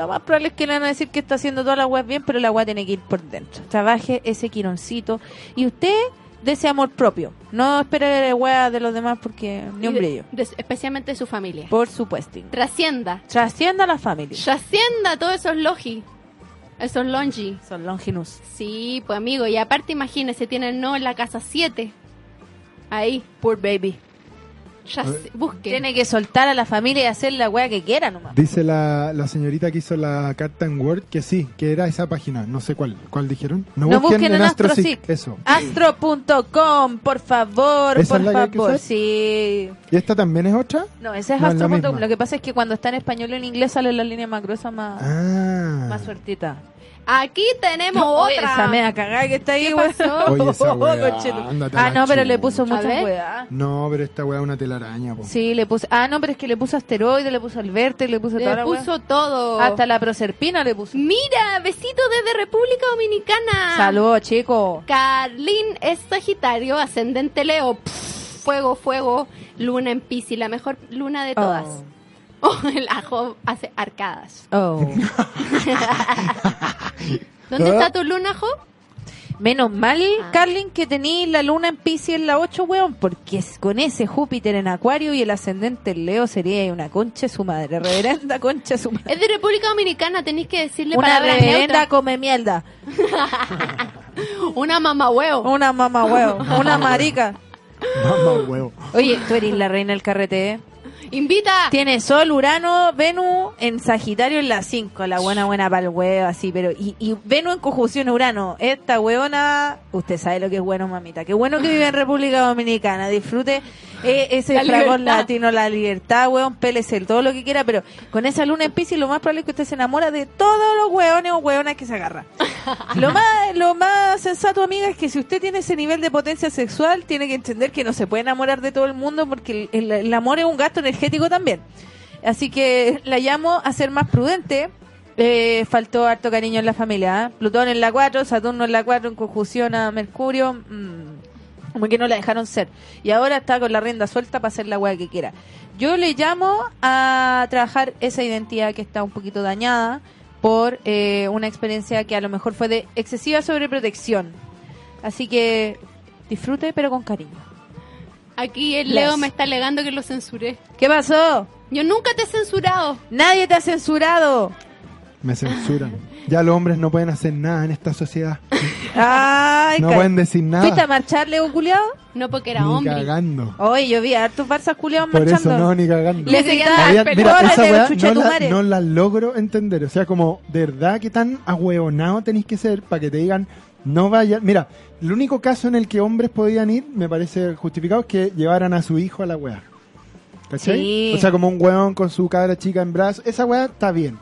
B: lo más probable es que le van a decir que está haciendo toda la weá bien, pero la weá tiene que ir por dentro. Trabaje ese quironcito y usted de ese amor propio. No espere weá de los demás porque ni un
A: Y de-
B: brillo.
A: de- especialmente su familia.
B: Por supuesto.
A: Trascienda.
B: Trascienda a la familia.
A: Trascienda todos esos logi. Esos longi.
B: Son longinus.
A: Sí, pues amigo, y aparte imagínese, tienen no en la casa 7. Ahí,
E: Poor baby.
A: ya sé, busque.
B: Tiene que soltar a la familia y hacer la weá que quiera nomás.
C: Dice la, la señorita que hizo la carta en Word que sí, que era esa página. No sé cuál. ¿Cuál dijeron? No,
B: AstroSeek.
C: Eso.
B: Astro.com, por favor,
C: ¿Esa
B: por
C: es la que hay que
B: favor.
C: usar?
B: Sí.
C: ¿Y esta también es otra?
B: No, ese es
C: No, es la
B: Astro.com.
C: misma.
B: Lo que pasa es que cuando está en español o en inglés sale la línea más gruesa, más,
C: Ah.
B: más suertita.
A: Aquí tenemos
B: Oye,
A: otra.
B: Esa mea cagada que está ahí, weón.
C: Oye, esa weá,
B: Conchetum-
C: ándate a
B: Ah,
C: la
B: no, pero le puso
C: chucha.
B: muchas
A: ver.
B: weá.
C: No, pero esta weá es una telaraña. po.
B: Sí, le puso. Ah, no, pero es que le puso asteroide, le puso Alberto, le puso toda
A: Le
B: la weá.
A: puso todo.
B: Hasta la proserpina le puso.
A: Mira, besito desde República Dominicana.
B: Saludos, chico.
A: Carlín es Sagitario, ascendente Leo. Pff, fuego, fuego. Luna en Piscis, la mejor luna de todas. Oh, el ajo hace arcadas.
B: Oh.
A: ¿Dónde está tu luna, Jo?
B: Menos mal,
A: Ah.
B: Carlin, que tení la luna en Pisces en la 8, weón, porque es- con ese Júpiter en Acuario y el ascendente en Leo sería una concha de su madre, reverenda concha de su madre.
A: Es de República Dominicana, tenéis que decirle
B: Una
A: palabras
B: reverenda
A: neutras.
B: come mierda,
A: Una mamá huevo.
B: una mamá weón, una marica.
C: Mamá huevo.
B: Oye, tú eres la reina del carrete, ¿eh?
A: Invita.
B: Tiene Sol, Urano, Venus en Sagitario en la 5, la buena buena para el huevo, así, pero... Y, y Venus en conjunción Urano, esta huevona, usted sabe lo que es bueno, mamita, qué bueno que vive en República Dominicana, disfrute eh, ese
A: La
B: fragón
A: libertad.
B: latino, la libertad, hueón, pélese, todo lo que quiera, pero con esa luna en Pisces lo más probable es que usted se enamora de todos los hueones o hueonas que se agarra. Lo más, lo más sensato, amiga, es que si usted tiene ese nivel de potencia sexual, tiene que entender que no se puede enamorar de todo el mundo porque el, el- el amor es un gasto energético también. Así que la llamo a ser más prudente. Eh, faltó harto cariño en la familia. ¿ah? Plutón en la 4, Saturno en la 4, en conjunción a Mercurio. mm, como que no la dejaron ser. Y ahora está con la rienda suelta para hacer la weá que quiera. Yo le llamo a trabajar esa identidad que está un poquito dañada por eh, una experiencia que a lo mejor fue de excesiva sobreprotección. Así que disfrute, pero con cariño.
A: Aquí el Leo
B: Las.
A: me está alegando que lo censuré.
B: ¿Qué pasó?
A: Yo nunca te he censurado.
B: Nadie te ha censurado.
C: Me censuran. Ya los hombres no pueden hacer nada en esta sociedad.
B: Ay,
C: No
B: ca-
C: pueden decir
B: ¿Fuiste a
C: nada.
B: marchar, Leo culiao?
A: No porque era
C: Ni
A: hombre.
C: cagando.
B: Hoy yo vi a hartos barzas culiados
C: Por
B: marchando.
C: eso no, ni cagando.
B: Le
A: seguían
B: gritaba,
C: Había-
A: pero-
C: mira,
B: "Córrete,
C: esa weá
B: chucha
C: no,
B: tu
C: la,
B: madre".
C: no la logro entender. O sea, como, de verdad, que tan ahueonado tenéis que ser para que te digan, no vayan. Mira, el único caso en el que hombres podían ir, me parece justificado, es que llevaran a su hijo a la weá. ¿Cachai?
B: Sí.
C: O sea, como un weón con su cabra chica en brazos. Esa weá está bien.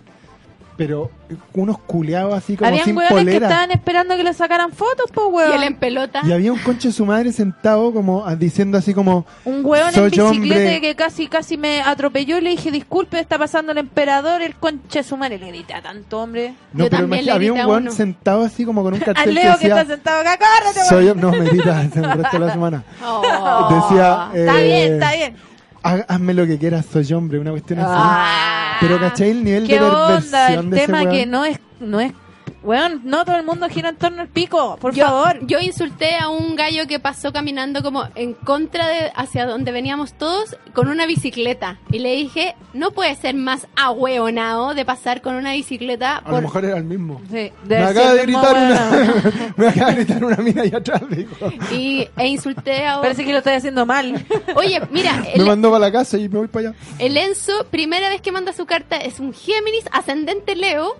C: Pero unos culeados así como
B: Habían
C: sin
B: hueones que
C: polera.
B: estaban esperando que le sacaran fotos,
A: Y
B: pues,
A: em- él
B: hueón.
A: en pelota.
C: Y había un conche de su madre sentado como ah, diciendo así como,
B: Un hueón en
C: Soy
B: bicicleta
C: hombre.
B: que casi casi me atropelló y le dije, disculpe, está pasando el emperador, el conche su madre. Le grité a tanto hombre.
C: no,
A: Yo
C: pero
A: también
C: imagi-
A: le
C: había un
A: grité a
C: weón
A: uno.
C: sentado así como con un cartel
B: Al Leo que,
C: decía,
B: está sentado acá, córrete,
C: Soy yo, no, medita el resto de la semana.
A: Oh.
C: Decía,
B: Está
C: eh,
B: bien, está bien.
C: "Haz- hazme lo que quieras, soy hombre, una cuestión así.
B: Ah.
C: Pero caché el nivel de
B: ¿Qué
C: perversión
B: onda? El
C: de ese
B: tema
C: weón?
B: que no es, no es, hueón, no todo el mundo gira en torno al pico, por
A: Yo-
B: favor.
A: Yo insulté a un gallo que pasó caminando como en contra de hacia donde veníamos todos con una bicicleta. Y le dije, no puede ser más ahueonado de pasar con una bicicleta
C: A lo
A: por...
C: mejor era el mismo.
B: Sí,
C: Me
B: debe
C: acaba,
B: ser
C: de
B: el mismo
C: gritar
B: hueón.
C: una, me acaba de gritar una mina allá atrás, dijo.
A: Y, e insulté a...
B: Parece que lo estoy haciendo mal.
A: Oye, mira,
C: Me
A: el,
C: mandó para la casa y me voy para allá.
A: el Enzo, primera vez que manda su carta, es un Géminis, ascendente Leo.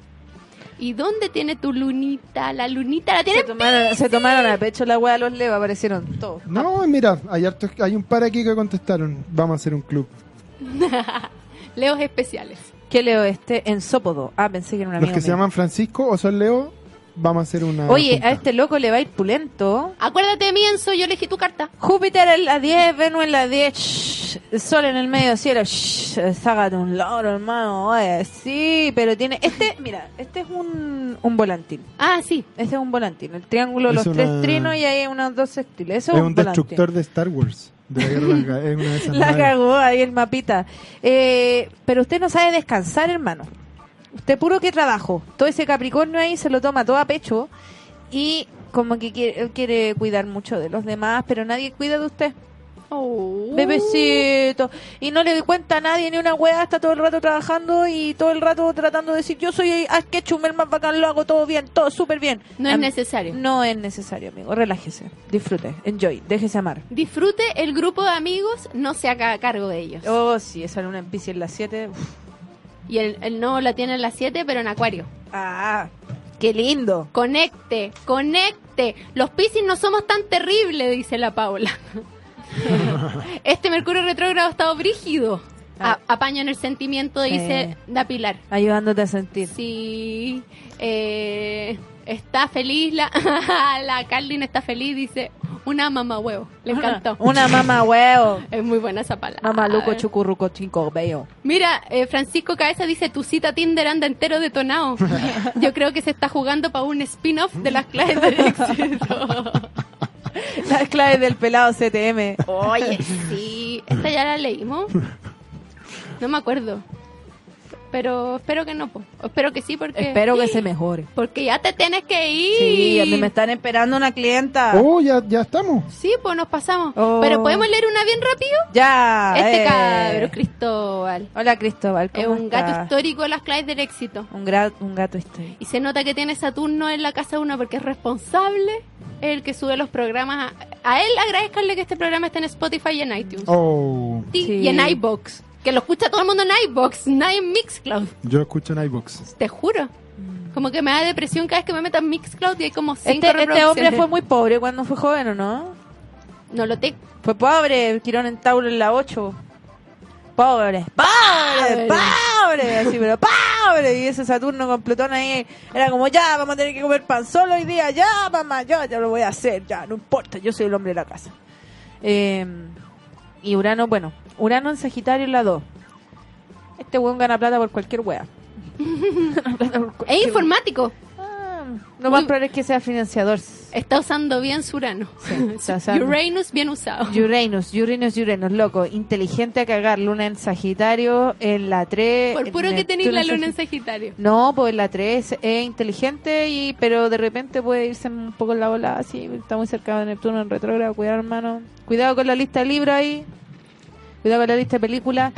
A: ¿Y dónde tiene tu lunita? La lunita la tiene...
B: Se tomaron, se tomaron a pecho la hueá los leva, aparecieron todos.
C: No, mira, hay, hartos- hay un par aquí que contestaron. Vamos a hacer un club.
A: Leos especiales.
B: ¿Qué leo este? Ensópodo. Ah, pensé que era un
C: Los
B: amigo.
C: que se
B: mío.
C: llaman Francisco o son Leo, vamos a hacer una.
B: Oye,
C: junta.
B: a este loco le va a ir pulento.
A: Acuérdate de mí, Enzo, yo elegí tu carta.
B: Júpiter en la 10, Venus en la 10, shh, el Sol en el medio cielo, shh, sácate un loro, hermano. oye, sí, pero tiene. Este, mira, este es un, un volantín.
A: Ah, sí.
B: Este es un volantín. El triángulo,
C: Es
B: los
C: una-
B: tres trinos y hay unos dos sextiles. Eso
C: es un
B: volantín.
C: destructor de Star Wars. De la guerra de las Ga- es una de esas
B: La
C: naves.
B: cagó ahí el mapita. Eh, pero usted no sabe descansar, hermano. Usted puro que trabajo. Todo ese Capricornio ahí se lo toma todo a pecho y como que quiere, quiere cuidar mucho de los demás, pero nadie cuida de usted. Oh. Uh. Bebecito. Y no le cuenta a nadie ni una weá, está todo el rato trabajando y todo el rato tratando de decir, yo soy ah, que chumel más bacán, lo hago todo bien, todo súper bien.
A: No es
B: Am-
A: necesario.
B: No es necesario, amigo. Relájese, disfrute, enjoy, déjese amar.
A: Disfrute el grupo de amigos, no se haga cargo de ellos.
B: Oh, sí, esa luna en Piscis en las 7.
A: Y el, el no la tiene en las 7, pero en Acuario.
B: Ah, qué lindo.
A: Conecte, conecte. Los Piscis no somos tan terribles, dice la Paula. este Mercurio retrógrado ha estado brígido.
B: Ah.
A: A- apaño en el sentimiento, dice Da Pilar.
B: Ayudándote a sentir.
A: Sí. eh, está feliz, la, la Carlin está feliz, dice una mamá huevo. Le encantó.
B: Una mamá huevo.
A: Es muy buena esa palabra.
B: Mamá loco chucurruco chico veo.
A: Mira, eh, Francisco Cabeza dice, tu cita Tinder anda entero detonado. Yo creo que se está jugando para un spin-off de las clases de éxito.
B: Las claves del pelado CTM.
A: Oye, sí. Esta ya la leímos. No me acuerdo. Pero espero que no, pues. Espero que sí, porque.
F: Espero que se mejore.
A: Porque ya te tienes que ir.
B: Sí, Uh. a mí me están esperando una clienta.
C: Oh, ya, ya estamos.
A: Sí, pues nos pasamos.
B: Oh.
A: Pero podemos leer una bien rápido.
B: Ya.
A: este
B: eh.
A: cabro, Cristóbal.
B: Hola Cristóbal. ¿cómo
A: Es un gato
B: estás?
A: histórico de las claves del éxito.
B: Un, gra- un gato estoy.
A: Y se nota que tiene Saturno en la casa uno porque es responsable. Es el que sube los programas. A, a él agradezcanle que este programa está en Spotify y en iTunes.
C: Oh,
A: Sí,
B: Sí.
A: Y en iBox. Que lo escucha todo el mundo en iBox, nadie en Mixcloud.
C: yo escucho en iBox.
A: Te juro. Como que me da depresión cada vez que me meto en Mixcloud y hay como cinco
B: Mm. Este, este hombre
A: reproducciones.
B: fue muy pobre cuando fue joven, ¿o no?
A: No lo tengo.
B: Fue Pues pobre, Quirón en Tauro en la 8. Pobre, pobre,
A: Pobre.
B: pobre, así, pero pobre. Y ese Saturno con Plutón ahí era como, ya, vamos a tener que comer pan solo hoy día, ya, mamá, ya, ya lo voy a hacer, ya, no importa, yo soy el hombre de la casa. Eh, y Urano, bueno, Urano en Sagitario en la 2. Este weón gana plata por cualquier wea. Gana plata por
A: Es
B: cualquier
A: informático.
B: Ah, Lo más
A: Uy.
B: probable es que sea financiador.
A: Está usando bien su Urano.
B: está usando.
A: Uranus bien usado.
B: Uranus, Uranus, Uranus, loco, inteligente a cagar, luna en Sagitario, eh, en la 3.
A: Por puro que tenéis la luna en Sagitario.
B: No, pues en la 3 es inteligente, y pero de repente puede irse un poco en la bola, así, está muy cerca de Neptuno en retrógrado, cuidado hermano. Cuidado con la lista de libros ahí, cuidado con la lista de películas.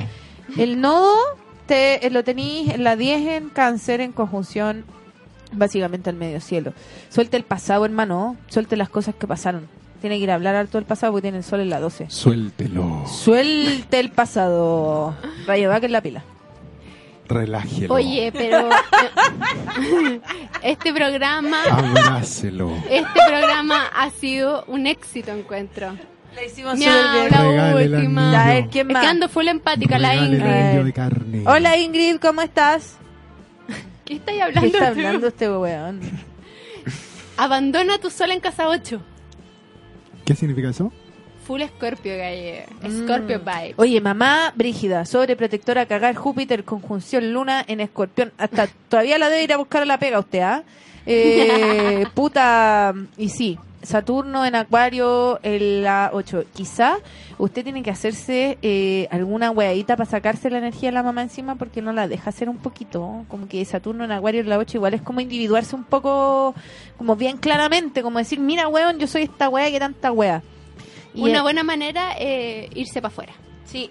B: El nodo te, eh, lo tenéis en la 10 en cáncer en conjunción básicamente al medio cielo. Suelte el pasado, hermano, suelte las cosas que pasaron. Tiene que ir a hablar harto del pasado porque tiene el sol en la 12.
G: Suéltelo.
B: Suelte el pasado. Rayo va que en la pila.
G: Relájelo.
A: Oye, pero eh, este
C: Ah.
A: programa,
G: Abrácelo.
A: este programa ha sido un éxito encuentro.
B: La hicimos
A: Miau, la
C: Regale el
A: última.
C: anillo.
B: A ver, ¿quién
A: Es que
B: más?
A: ando full empática la
C: Regale el
A: Ingrid.
C: anillo de carne.
B: Hola Ingrid, ¿cómo estás?
A: ¿Qué estáis
B: ¿Qué
A: hablando?
B: está
A: tú?
B: hablando este weón?
A: Abandona tu sol en casa 8.
C: ¿Qué significa eso?
A: Full Scorpio, galle. Scorpio vibe.
B: Mm. Oye, mamá brígida, sobreprotectora, cagar Júpiter, conjunción luna en escorpión. Hasta todavía la debe ir a buscar a la pega usted, ¿ah? Eh, puta, y sí, Saturno en Acuario en la 8. Quizá usted tiene que hacerse eh, alguna hueadita para sacarse la energía de la mamá encima porque no la deja hacer un poquito. Como que Saturno en Acuario en la 8 igual es como individuarse un poco, como bien claramente, como decir, mira, weón, yo soy esta wea que tanta wea. Y, eh,
A: Una buena manera eh, irse para afuera.
B: Sí.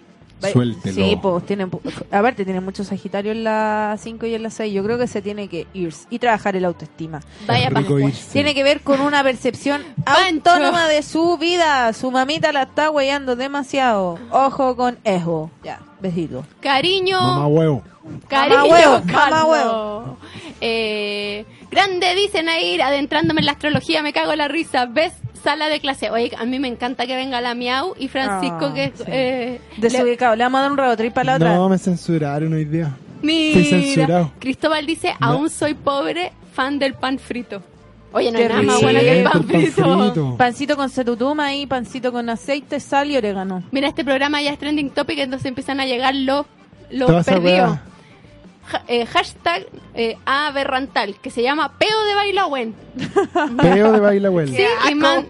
G: Suéltelo.
B: Sí, pues tiene, aparte tiene mucho Sagitario en la 5 y en la 6. Yo creo que se tiene que ir y trabajar el autoestima.
A: Vaya
C: Es
A: para
C: rico
A: afuera.
C: irse.
B: Tiene que ver con una percepción
A: Pancho.
B: autónoma de su vida. Su mamita la está hueando demasiado. Ojo con eso. Ya, besito.
A: Cariño,
C: Mamá huevo.
A: cariño,
B: mamá huevo,
A: Carlos.
B: mamá huevo.
A: Eh, grande, dicen a ir adentrándome en la astrología, me cago en la risa. ¿Ves? Sala de clase. Oye, a mí me encanta que venga la Miau y Francisco,
B: Ah,
A: que es.
B: sí.
A: eh, le-
B: Desubicado. Le vamos a dar un rebotrip para la otra.
C: No, me censuraron hoy día. Fui
A: Mira,
C: censurado.
A: Cristóbal dice:
C: No.
A: Aún soy pobre, fan del pan frito. Oye, no
B: Qué
A: hay nada más
B: rico.
A: bueno que el
C: Excelente,
A: pan frito.
B: Pancito con cetutuma y pancito con aceite, sal y orégano.
A: Mira, este programa ya es trending topic, entonces empiezan a llegar los, los
C: Toda esa
A: perdidos.
C: weá.
A: Ja- eh, hashtag eh, aberrantal, que se llama peo de bailawen.
C: Peo de baila huevo.
A: Sí, y man-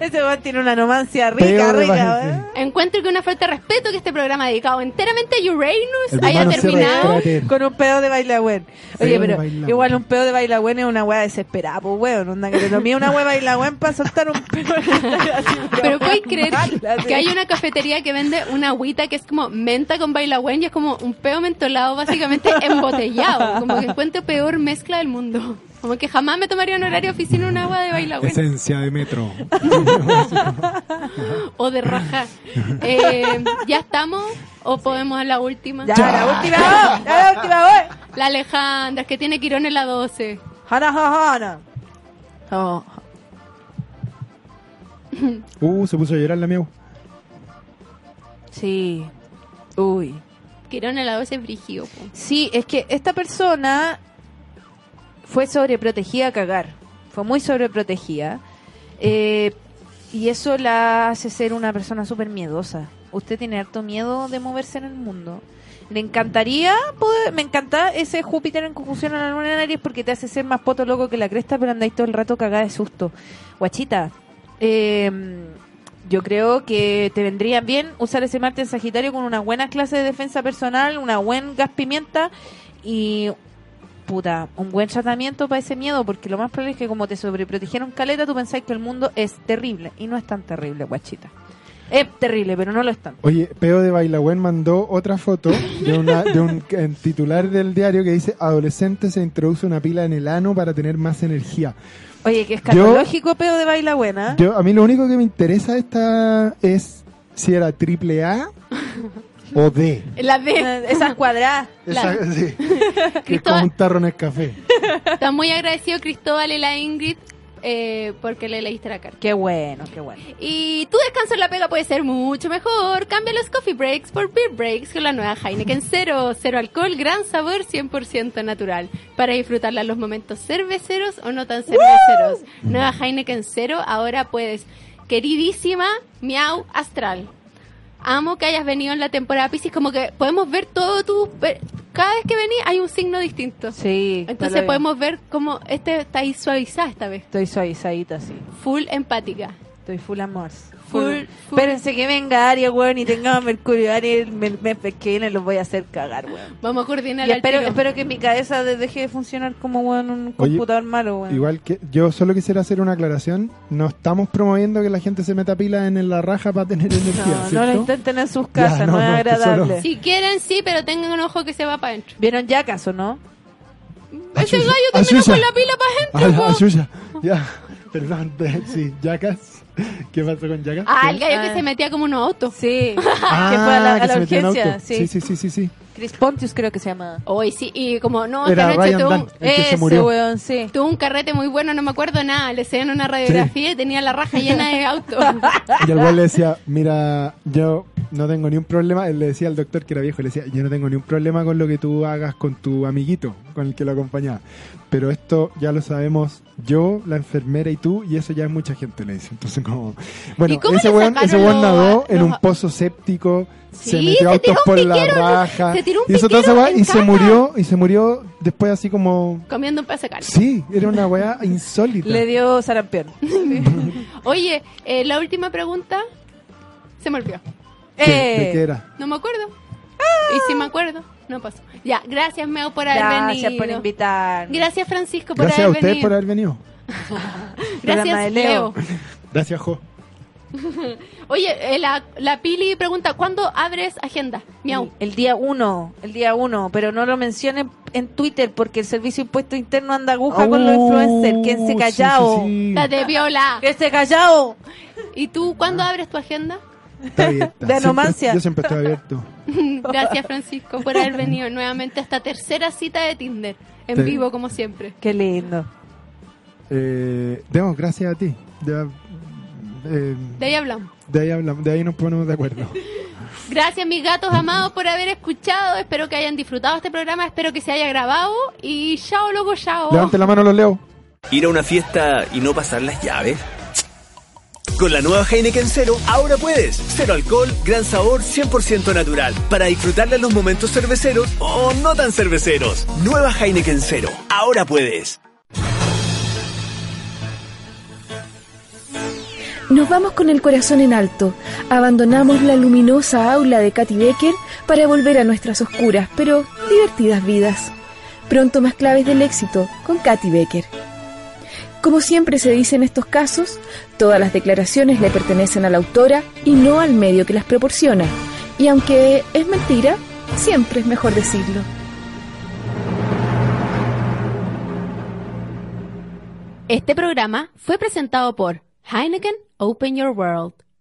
B: Ese weón tiene una nomancia
C: Peo
B: rica,
C: de
B: rica.
C: baile.
B: ¿eh?
A: encuentro que una falta de respeto que este programa dedicado enteramente a Uranus
C: El
A: haya
C: hermano se
A: terminado.
C: retrate.
B: Con un pedo de bailagüen. Oye,
C: Pedo de
B: pero
C: bailagüen.
B: igual un pedo de bailagüen es una weá desesperada, pues weón. Onda que te tomé una weá bailagüen para soltar un pedo. Así,
A: Pero puedes creer
B: mala, sí.
A: que hay una cafetería que vende una agüita que es como menta con bailawen y es como un peo mentolado básicamente embotellado. Como que encuentro peor mezcla del mundo. Como que jamás me tomaría en horario de oficina un agua de bailawen.
C: Esencia de metro.
A: o de raja. Eh, ¿Ya estamos? ¿O podemos a la última?
B: Ya, la última voz, ya, la última voz.
A: La Alejandra, que tiene Quirón en la 12.
B: Hana, hana, hana. Oh,
C: Uh, se puso a llorar la miau.
B: sí. Uy.
A: Quirón en la 12 es brígido. po.
B: Sí, es que esta persona fue sobreprotegida a cagar. Fue muy sobreprotegida. Eh, y eso la hace ser una persona súper miedosa. Usted tiene harto miedo de moverse en el mundo. Le encantaría poder. Me encanta ese Júpiter en conjunción a la luna en Aries porque te hace ser más poto loco que la cresta, pero andáis todo el rato cagada de susto. Guachita, eh, Yo creo que te vendría bien usar ese Marte en Sagitario con una buena clase de defensa personal, una buen gas pimienta y puta, un buen tratamiento para ese miedo, porque lo más probable es que como te sobreprotegieron caleta, tú pensáis que el mundo es terrible y no es tan terrible, guachita. Es terrible, pero no lo es tanto.
C: Oye, Peo de Bailagüen mandó otra foto de, una- de un en titular del diario que dice adolescente se introduce una pila en el ano para tener más energía.
B: Oye, que escatológico peo de baila
A: ¿Ah?
B: buena.
C: Yo, a mí lo único que me interesa esta es si era triple A o D.
A: La D.
B: Eh, Esas cuadradas.
C: Esa-
A: Claro.
C: sí. Que es
A: Cristóbal-
C: como un tarro en el café.
A: Está muy agradecido Cristóbal y la Ingrid eh, porque le leíste la carta.
B: Qué bueno, qué bueno.
A: Y tu descanso en la pega puede ser mucho mejor. Cambia los coffee breaks por beer breaks con la nueva Heineken Cero. Cero alcohol, gran sabor, 100% natural. Para disfrutarla en los momentos cerveceros o no tan cerveceros. Nueva Heineken Cero, ahora puedes. Queridísima Miau Astral. Amo que hayas venido en la temporada Pisces. Como que podemos ver todo tu... per- Cada vez que venís hay un signo distinto.
B: Sí. está
A: Entonces
B: bien.
A: podemos ver cómo este está ahí suavizada esta vez.
B: Estoy suavizadita, sí.
A: Full empática.
B: Estoy full amor.
A: Full, full.
B: Espérense que venga Aries, weón, y tengamos a Mercurio Aries el mes mes que viene, los voy a hacer cagar, weón.
A: Vamos a coordinar
B: Y
A: al
B: espero,
A: tiro.
B: espero que mi cabeza de- deje de funcionar como weón, un
C: Oye,
B: computador malo, weón.
C: Igual que yo solo quisiera hacer una aclaración. No estamos promoviendo que la gente se meta pila en la raja para tener energía.
B: No, no lo
C: ¿cierto?
B: intenten en sus casas,
C: Ya,
B: no,
C: no,
B: es
C: no, eso no.
B: agradable.
A: Si quieren, sí, pero tengan un ojo que se va para adentro.
B: ¿Vieron ya acaso, no?
A: Ese
C: Ayuya,
A: gallo terminó
C: ayuya.
A: con la pila para
C: Ah,
A: adentro.
C: ah,
A: po.
C: Yuya. Ya. Perdón, de- sí, Yacas. ¿Qué pasó con Yacas?
A: Ah, el gallo
B: Ah.
A: que se metía como un auto.
B: Sí.
C: Ah,
B: que fue a la, a
C: que
B: la
C: se metió en
B: urgencia,
C: auto.
B: sí.
C: Sí, sí, sí, sí.
B: Chris Pontius creo que se llama.
A: Hoy sí, y como no,
C: Era
A: esta noche
C: Ryan
A: tuvo, un-
C: Dunn. El que se
B: Ese
C: murió.
B: weón, sí.
A: tuvo un carrete muy bueno, no me acuerdo nada. Le hacían una radiografía y tenía la raja llena de auto.
C: Y el güey le decía, mira, yo no tengo ni un problema. Él le decía al doctor que era viejo, le decía, yo no tengo ni un problema con lo que tú hagas con tu amiguito, con el que lo acompañaba. Pero esto ya lo sabemos yo, la enfermera y tú, y eso ya es mucha gente, le dice. Entonces como... Bueno,
A: ¿Y cómo
C: ese
A: le
C: weón,
A: sacaron
C: ese weón
A: los-
C: nadó en
A: los-
C: un pozo séptico,
A: Sí,
C: se metió
A: se
C: autos
A: tiró un
C: por la
A: piquero,
C: raja,
A: se tiró un
C: hizo toda esa
A: piquero
C: weá
A: en
C: y se
A: caja.
C: murió, y se murió después así como...
A: comiendo un pase carne.
C: Sí, era una weá insólita.
B: Le dio sarampión.
A: Oye, eh, la última pregunta se me olvidó.
C: ¿Qué- ¿De qué
B: Eh,
C: era?
A: No me acuerdo. Y si me acuerdo, no pasó. Ya, gracias, Meo, por haber
B: gracias
A: venido.
B: por invitarme.
A: Gracias, Francisco, por
C: Gracias a
A: haber
C: ustedes
A: venido.
C: por haber venido.
B: Programa de
A: Gracias,
B: Leo.
A: Leo.
C: Gracias, Jo.
A: Oye, eh, la, la Pili pregunta, ¿cuándo abres agenda? Miau.
B: El día 1, el día 1, pero no lo mencionen en Twitter porque el servicio de impuesto interno anda aguja con los influencers. Quédense
C: Oh,
B: callado.
C: sí, sí, sí.
A: La de Viola.
B: Quédense callado.
A: ¿Y tú cuándo abres tu agenda?
C: Está abierta.
B: De
C: Siempre-
B: anomancia.
C: Yo siempre estoy abierto.
A: Gracias, Francisco, por haber venido nuevamente a esta tercera cita de Tinder. En
C: Sí.
A: vivo, como siempre.
B: Qué lindo.
C: Eh, demos gracias a ti. De, eh,
A: De ahí hablamos.
C: de ahí hablamos, de ahí nos ponemos de acuerdo.
A: Gracias, mis gatos amados, por haber escuchado. Espero que hayan disfrutado este programa. Espero que se haya grabado. Y chao, loco, chao.
C: Levante la mano, los leo.
H: Ir a una fiesta y no pasar las llaves. Con la nueva Heineken Cero, ahora puedes. Cero alcohol, gran sabor, 100% natural. Para disfrutarla en los momentos cerveceros o no tan cerveceros. Nueva Heineken Cero, ahora puedes.
I: Nos vamos con el corazón en alto. Abandonamos la luminosa aula de Katy Becker para volver a nuestras oscuras, pero divertidas vidas. Pronto más claves del éxito con Katy Becker. Como siempre se dice en estos casos, todas las declaraciones le pertenecen a la autora y no al medio que las proporciona. Y aunque es mentira, siempre es mejor decirlo.
A: Este programa fue presentado por Heineken Open Your World.